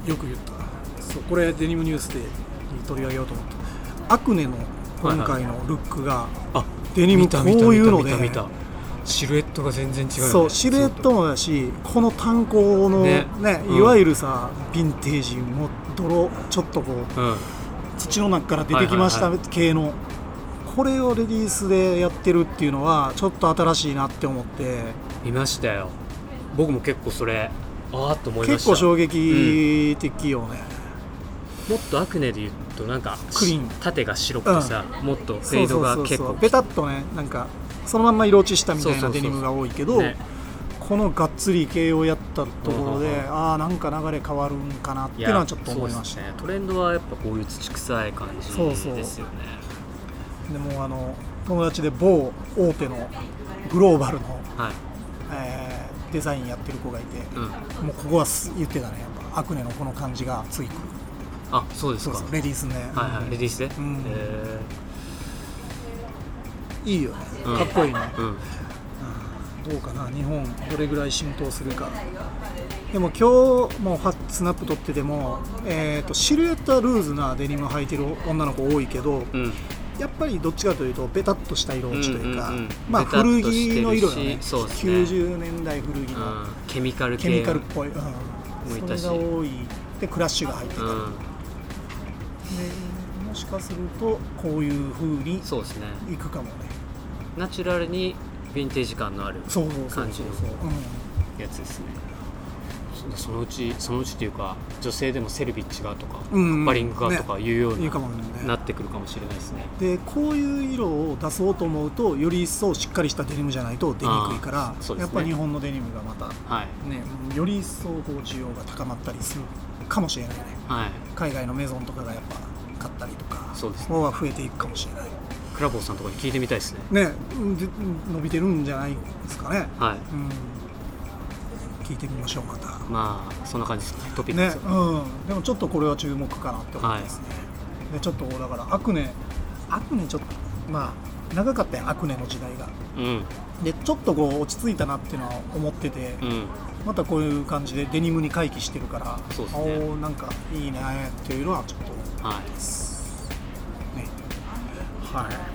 [SPEAKER 2] うよく言ったそうこれデニムニュースで取り上げようと思ったアクネの今回のルックが、
[SPEAKER 1] あ
[SPEAKER 2] デニムこういうので
[SPEAKER 1] 見た見た見た見たシルエットが全然違うよね、
[SPEAKER 2] そうシルエットもだしこの炭鉱の
[SPEAKER 1] ね
[SPEAKER 2] ね
[SPEAKER 1] うん
[SPEAKER 2] いわゆるさヴィンテージも泥ちょっとこう
[SPEAKER 1] うん
[SPEAKER 2] 土の中から出てきまし
[SPEAKER 1] は
[SPEAKER 2] た
[SPEAKER 1] い
[SPEAKER 2] 系のこれをレディースでやってるっていうのはちょっと新しいなって思って
[SPEAKER 1] 見ましたよ僕も結構それああと思いまし
[SPEAKER 2] 結
[SPEAKER 1] た
[SPEAKER 2] 構衝撃的よね、
[SPEAKER 1] もっとアクネで言うとなんか
[SPEAKER 2] クリーン
[SPEAKER 1] 縦が白くてさ、もっとフェードが結構
[SPEAKER 2] ベタっとねなんかそのまんま色落ちしたみた
[SPEAKER 1] そ
[SPEAKER 2] いう
[SPEAKER 1] そう
[SPEAKER 2] な
[SPEAKER 1] そうそ
[SPEAKER 2] デ
[SPEAKER 1] う
[SPEAKER 2] ニムが多いけど
[SPEAKER 1] ね
[SPEAKER 2] このがっつり系をやったところで
[SPEAKER 1] うんうんうん
[SPEAKER 2] ああなんか流れ変わるんかなって
[SPEAKER 1] い
[SPEAKER 2] いう
[SPEAKER 1] や
[SPEAKER 2] のはちょっと思いまし
[SPEAKER 1] そ
[SPEAKER 2] た
[SPEAKER 1] うですねトレンドはやっぱこういう土臭い感じですよね
[SPEAKER 2] そうそうでもあの友達で某大手のグローバルの、
[SPEAKER 1] はい、
[SPEAKER 2] えーデザインやってる子がいて、
[SPEAKER 1] うん、
[SPEAKER 2] もうここはす言ってたねやっぱアクネのこの感じがついてくる
[SPEAKER 1] あそうです
[SPEAKER 2] そう
[SPEAKER 1] か
[SPEAKER 2] そうレディースね、
[SPEAKER 1] はいはいレディースで、
[SPEAKER 2] ん
[SPEAKER 1] え
[SPEAKER 2] いいよね
[SPEAKER 1] うん
[SPEAKER 2] かっこいいね、
[SPEAKER 1] ーうん
[SPEAKER 2] どうかな日本どれぐらい浸透するかでも今日もはスナップ撮ってても、えー、とシルエットはルーズなデニム履いてる女の子多いけど、
[SPEAKER 1] うん
[SPEAKER 2] やっぱりどっちかというとベタっとした色落ちというか、
[SPEAKER 1] うんうんうん
[SPEAKER 2] まあ
[SPEAKER 1] ベタっと
[SPEAKER 2] 古
[SPEAKER 1] してるし
[SPEAKER 2] 着の色よね
[SPEAKER 1] そうですね
[SPEAKER 2] 90年代古着の、
[SPEAKER 1] うんケミカル系
[SPEAKER 2] ケミカルっぽい、うん、
[SPEAKER 1] もい
[SPEAKER 2] そ
[SPEAKER 1] た
[SPEAKER 2] れ
[SPEAKER 1] し
[SPEAKER 2] が多いでクラッシュが入ってた、
[SPEAKER 1] う
[SPEAKER 2] で
[SPEAKER 1] ん
[SPEAKER 2] もしかするとこういう風に
[SPEAKER 1] そうですね
[SPEAKER 2] いくかもね
[SPEAKER 1] ナチュラルにヴィンテージ感のある
[SPEAKER 2] そうそうそうそう
[SPEAKER 1] 感じの
[SPEAKER 2] そう、うん
[SPEAKER 1] やつですねそそのうちそのうちというか女性でもセルビッチがとかカ
[SPEAKER 2] うん
[SPEAKER 1] ッパリングがとかいうよう
[SPEAKER 2] いいか
[SPEAKER 1] な、
[SPEAKER 2] もね
[SPEAKER 1] なってくるかもしれないですね
[SPEAKER 2] でこういう色を出そうと思うとより一層しっかりしたデニムじゃないと出にくいから
[SPEAKER 1] あ、ーそうで
[SPEAKER 2] や
[SPEAKER 1] す
[SPEAKER 2] っ
[SPEAKER 1] ね
[SPEAKER 2] ぱ日本のデニムがまた
[SPEAKER 1] はい
[SPEAKER 2] ねより一層こう需要が高まったりするかもしれないね
[SPEAKER 1] はい
[SPEAKER 2] 海外のメゾンとかがやっぱ買ったりとか
[SPEAKER 1] そうですね
[SPEAKER 2] は増えていくかもしれない
[SPEAKER 1] クラボーさんとかに聞いてみたいですね
[SPEAKER 2] ねで伸びてるんじゃないですかね
[SPEAKER 1] はい
[SPEAKER 2] うん聞いてみましょうまた
[SPEAKER 1] まあそんな感じですねトピック
[SPEAKER 2] ね
[SPEAKER 1] ス、
[SPEAKER 2] うんでもちょっとこれは注目かなって思いますね、でちょっとだからアクネアクネちょっとまあ長かったよアクネの時代が
[SPEAKER 1] うん
[SPEAKER 2] でちょっとこう落ち着いたなっていうのは思ってて、
[SPEAKER 1] うん
[SPEAKER 2] またこういう感じでデニムに回帰してるから
[SPEAKER 1] そうです
[SPEAKER 2] お
[SPEAKER 1] ね
[SPEAKER 2] ーなんかいいねっていうのはちょっと
[SPEAKER 1] はい
[SPEAKER 2] ねはい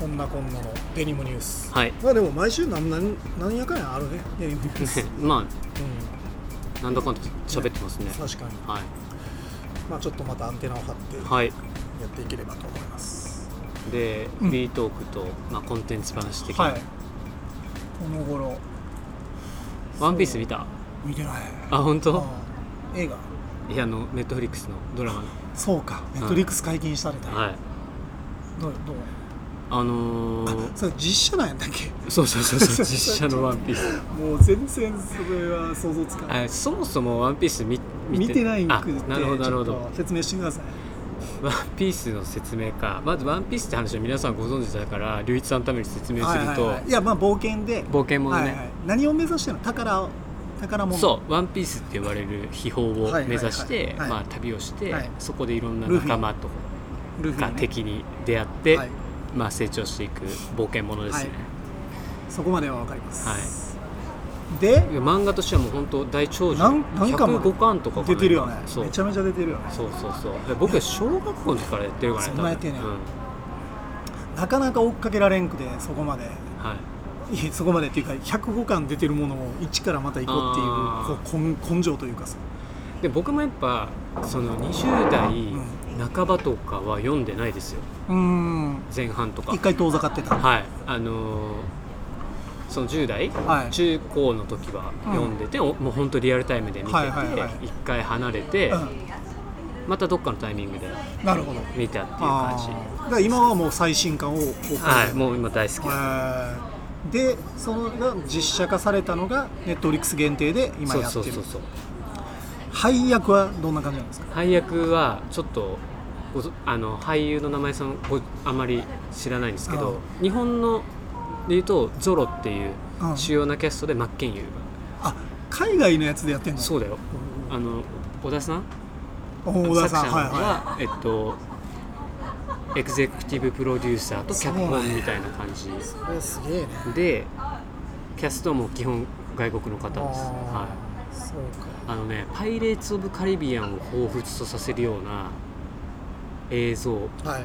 [SPEAKER 2] そんなこんなのデニムニュース
[SPEAKER 1] はい
[SPEAKER 2] まあでも毎週なんなんなんやかんやあるねデニムニュー ス、う
[SPEAKER 1] ね
[SPEAKER 2] ん、
[SPEAKER 1] まあなんだかんだ喋ってますね
[SPEAKER 2] 確かに
[SPEAKER 1] はい
[SPEAKER 2] まあちょっとまたアンテナを張ってや
[SPEAKER 1] はい
[SPEAKER 2] っていければと思います
[SPEAKER 1] で、
[SPEAKER 2] うん
[SPEAKER 1] B トークと、まあ、コンテンツ話的な、
[SPEAKER 2] はいこの頃
[SPEAKER 1] ワンピース見た
[SPEAKER 2] 見てない
[SPEAKER 1] あ本当
[SPEAKER 2] うん映画
[SPEAKER 1] いやあのネットフリックスのドラマの
[SPEAKER 2] そうかネットリックス解禁された、
[SPEAKER 1] はい
[SPEAKER 2] どうどう
[SPEAKER 1] あの
[SPEAKER 2] あ
[SPEAKER 1] ー、
[SPEAKER 2] それ実写なんやったっけ
[SPEAKER 1] そうそうそう そう実写のワンピース
[SPEAKER 2] もう全然それは想像つかない
[SPEAKER 1] あそもそもワンピース見
[SPEAKER 2] 見てないん
[SPEAKER 1] あ
[SPEAKER 2] くって
[SPEAKER 1] なるほどなるほ
[SPEAKER 2] ちょ
[SPEAKER 1] ど
[SPEAKER 2] っと説明してください
[SPEAKER 1] ワンピースの説明かまずワンピースって話を皆さんご存知だから龍一さんのために説明すると、
[SPEAKER 2] はいはいはい、いやまあ冒険で
[SPEAKER 1] 冒険ものね、
[SPEAKER 2] はいはい、何を目指してるの宝を宝物
[SPEAKER 1] そう「ワンピースって呼ばれる秘宝を目指して、
[SPEAKER 2] はいはいはいはい
[SPEAKER 1] まあ、旅をして、
[SPEAKER 2] はい
[SPEAKER 1] そこでいろんな
[SPEAKER 2] ルフィ
[SPEAKER 1] 仲間と
[SPEAKER 2] うルフィ
[SPEAKER 1] か
[SPEAKER 2] のね
[SPEAKER 1] 敵に出会って、
[SPEAKER 2] はい
[SPEAKER 1] まあ、成長していく冒険ものですね、
[SPEAKER 2] そこまではわかります、で
[SPEAKER 1] いや漫画としてはもう本当大長寿
[SPEAKER 2] なんなんかも
[SPEAKER 1] 105巻とかかな
[SPEAKER 2] 出てるよね
[SPEAKER 1] そう
[SPEAKER 2] めちゃめちゃ出てるよね
[SPEAKER 1] そうそうそうで僕は小学校の時からやってるからね
[SPEAKER 2] そんなやってんね
[SPEAKER 1] 多
[SPEAKER 2] や
[SPEAKER 1] 分うん
[SPEAKER 2] なかなか追っかけられんくでそこまで
[SPEAKER 1] はい
[SPEAKER 2] いやそこまでっていうか105巻出てるものを一からまた行こう
[SPEAKER 1] あ
[SPEAKER 2] っていうこう根根性というかさ
[SPEAKER 1] で僕もやっぱその20代
[SPEAKER 2] ん
[SPEAKER 1] 半ばとかは読んでないですよ
[SPEAKER 2] うーん
[SPEAKER 1] 前半とか
[SPEAKER 2] 一回遠ざかってた
[SPEAKER 1] はいあのーその10代、
[SPEAKER 2] はい
[SPEAKER 1] 中高の時は読んでて、おもう本当リアルタイムで見てて、
[SPEAKER 2] はいはいはい
[SPEAKER 1] 一回離れて、
[SPEAKER 2] う
[SPEAKER 1] またどっかのタイミングで
[SPEAKER 2] ん、なるほど
[SPEAKER 1] 見たっていう
[SPEAKER 2] あ
[SPEAKER 1] 感じ
[SPEAKER 2] ーだから今はもう最新刊を追っかけてる
[SPEAKER 1] はいもう今大好きです
[SPEAKER 2] えーでそのが実写化されたのがネットリックス限定で今
[SPEAKER 1] そう
[SPEAKER 2] やっ
[SPEAKER 1] そ
[SPEAKER 2] て
[SPEAKER 1] う
[SPEAKER 2] る
[SPEAKER 1] そうそう
[SPEAKER 2] 配役はどんな感じなんですか
[SPEAKER 1] 配役はちょっとごぞあの俳優の名前さんごあんまり知らないんですけど日本のでいうとゾロっていう
[SPEAKER 2] うん
[SPEAKER 1] 主要なキャストで真剣佑
[SPEAKER 2] あ海外のやつでやってん
[SPEAKER 1] が
[SPEAKER 2] の
[SPEAKER 1] そうだよあの小田さん
[SPEAKER 2] 大田さん
[SPEAKER 1] 作者
[SPEAKER 2] はい
[SPEAKER 1] の
[SPEAKER 2] は
[SPEAKER 1] が、え
[SPEAKER 2] い
[SPEAKER 1] っとエグゼクティブプロデューサーと脚
[SPEAKER 2] そうな
[SPEAKER 1] 本
[SPEAKER 2] んや
[SPEAKER 1] みたいな感じ
[SPEAKER 2] これすげえね
[SPEAKER 1] でキャストも基本外国の方です、
[SPEAKER 2] あー
[SPEAKER 1] はい、
[SPEAKER 2] そうか
[SPEAKER 1] あのね「パイレーツ・オブ・カリビアン」を彷彿とさせるような映像
[SPEAKER 2] はい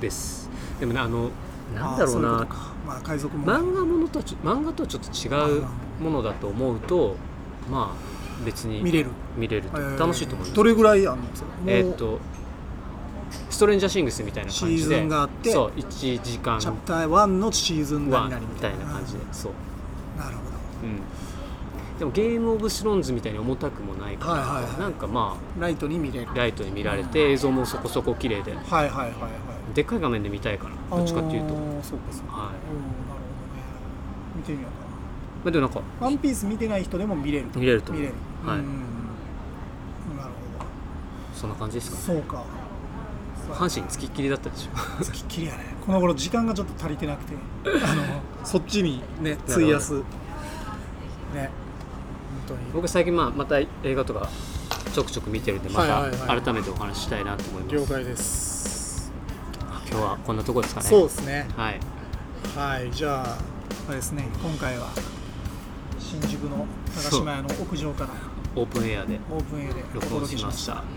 [SPEAKER 1] ですでもねあのなんだろう
[SPEAKER 2] あーそい
[SPEAKER 1] な
[SPEAKER 2] ことかまあ海賊も
[SPEAKER 1] 漫画ものとはちょ漫画とはちょっと違うものだと思うとまあ別に
[SPEAKER 2] 見れる
[SPEAKER 1] 見れると
[SPEAKER 2] えー
[SPEAKER 1] 楽しいと思います
[SPEAKER 2] どれぐらいあるんですかもう
[SPEAKER 1] えーっとストレンジャーシングスみたいな感じで
[SPEAKER 2] シーズンがあって
[SPEAKER 1] そう1時間
[SPEAKER 2] チャプター1のシーズン何
[SPEAKER 1] は
[SPEAKER 2] 々
[SPEAKER 1] みたいな感じでそう、
[SPEAKER 2] うんなるほど
[SPEAKER 1] うん、でもゲームオブスローンズみたいに重たくもないから、
[SPEAKER 2] はいはいはい
[SPEAKER 1] なんかま
[SPEAKER 2] ライトに見れる
[SPEAKER 1] あライトに見られて映像もそこそこ綺麗で
[SPEAKER 2] はいはいはいはい
[SPEAKER 1] でっかい画面で見たいからどっちかっていうと
[SPEAKER 2] あ
[SPEAKER 1] はい、
[SPEAKER 2] ーそうかそうか
[SPEAKER 1] ま
[SPEAKER 2] おーなるほどね見てみようかな
[SPEAKER 1] あ、でもなんか
[SPEAKER 2] ワンピース見てない人でも見れると
[SPEAKER 1] 見れると思
[SPEAKER 2] 見
[SPEAKER 1] う
[SPEAKER 2] れる、
[SPEAKER 1] はい
[SPEAKER 2] うんなる
[SPEAKER 1] そんな感じです
[SPEAKER 2] ほど
[SPEAKER 1] か
[SPEAKER 2] そうか
[SPEAKER 1] 阪神つきっきりだったでしょ
[SPEAKER 2] つきっきりやねこの頃時間がちょっと足りてなくてあのそっちにね費やすね本当に
[SPEAKER 1] 僕最近まあまた映画とかちょくちょく見てるんでま
[SPEAKER 2] はいはいは
[SPEAKER 1] た
[SPEAKER 2] い
[SPEAKER 1] 改めてお話ししたいなと思います、
[SPEAKER 2] 了解です、
[SPEAKER 1] 今日はこんなとこですかね
[SPEAKER 2] そうですね
[SPEAKER 1] はい
[SPEAKER 2] はいじゃああれですね今回は新宿の高島屋の屋上から
[SPEAKER 1] オープンエアで
[SPEAKER 2] オープン A でお
[SPEAKER 1] 録音
[SPEAKER 2] 届
[SPEAKER 1] し
[SPEAKER 2] けし
[SPEAKER 1] ま
[SPEAKER 2] ま
[SPEAKER 1] し
[SPEAKER 2] した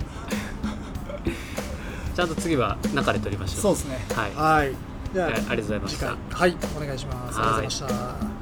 [SPEAKER 1] ちゃんと次は中で撮りましょう
[SPEAKER 2] そうですね
[SPEAKER 1] はい
[SPEAKER 2] いじゃあ
[SPEAKER 1] はいありがとうございました
[SPEAKER 2] 次回はいお願いしますありがとうございました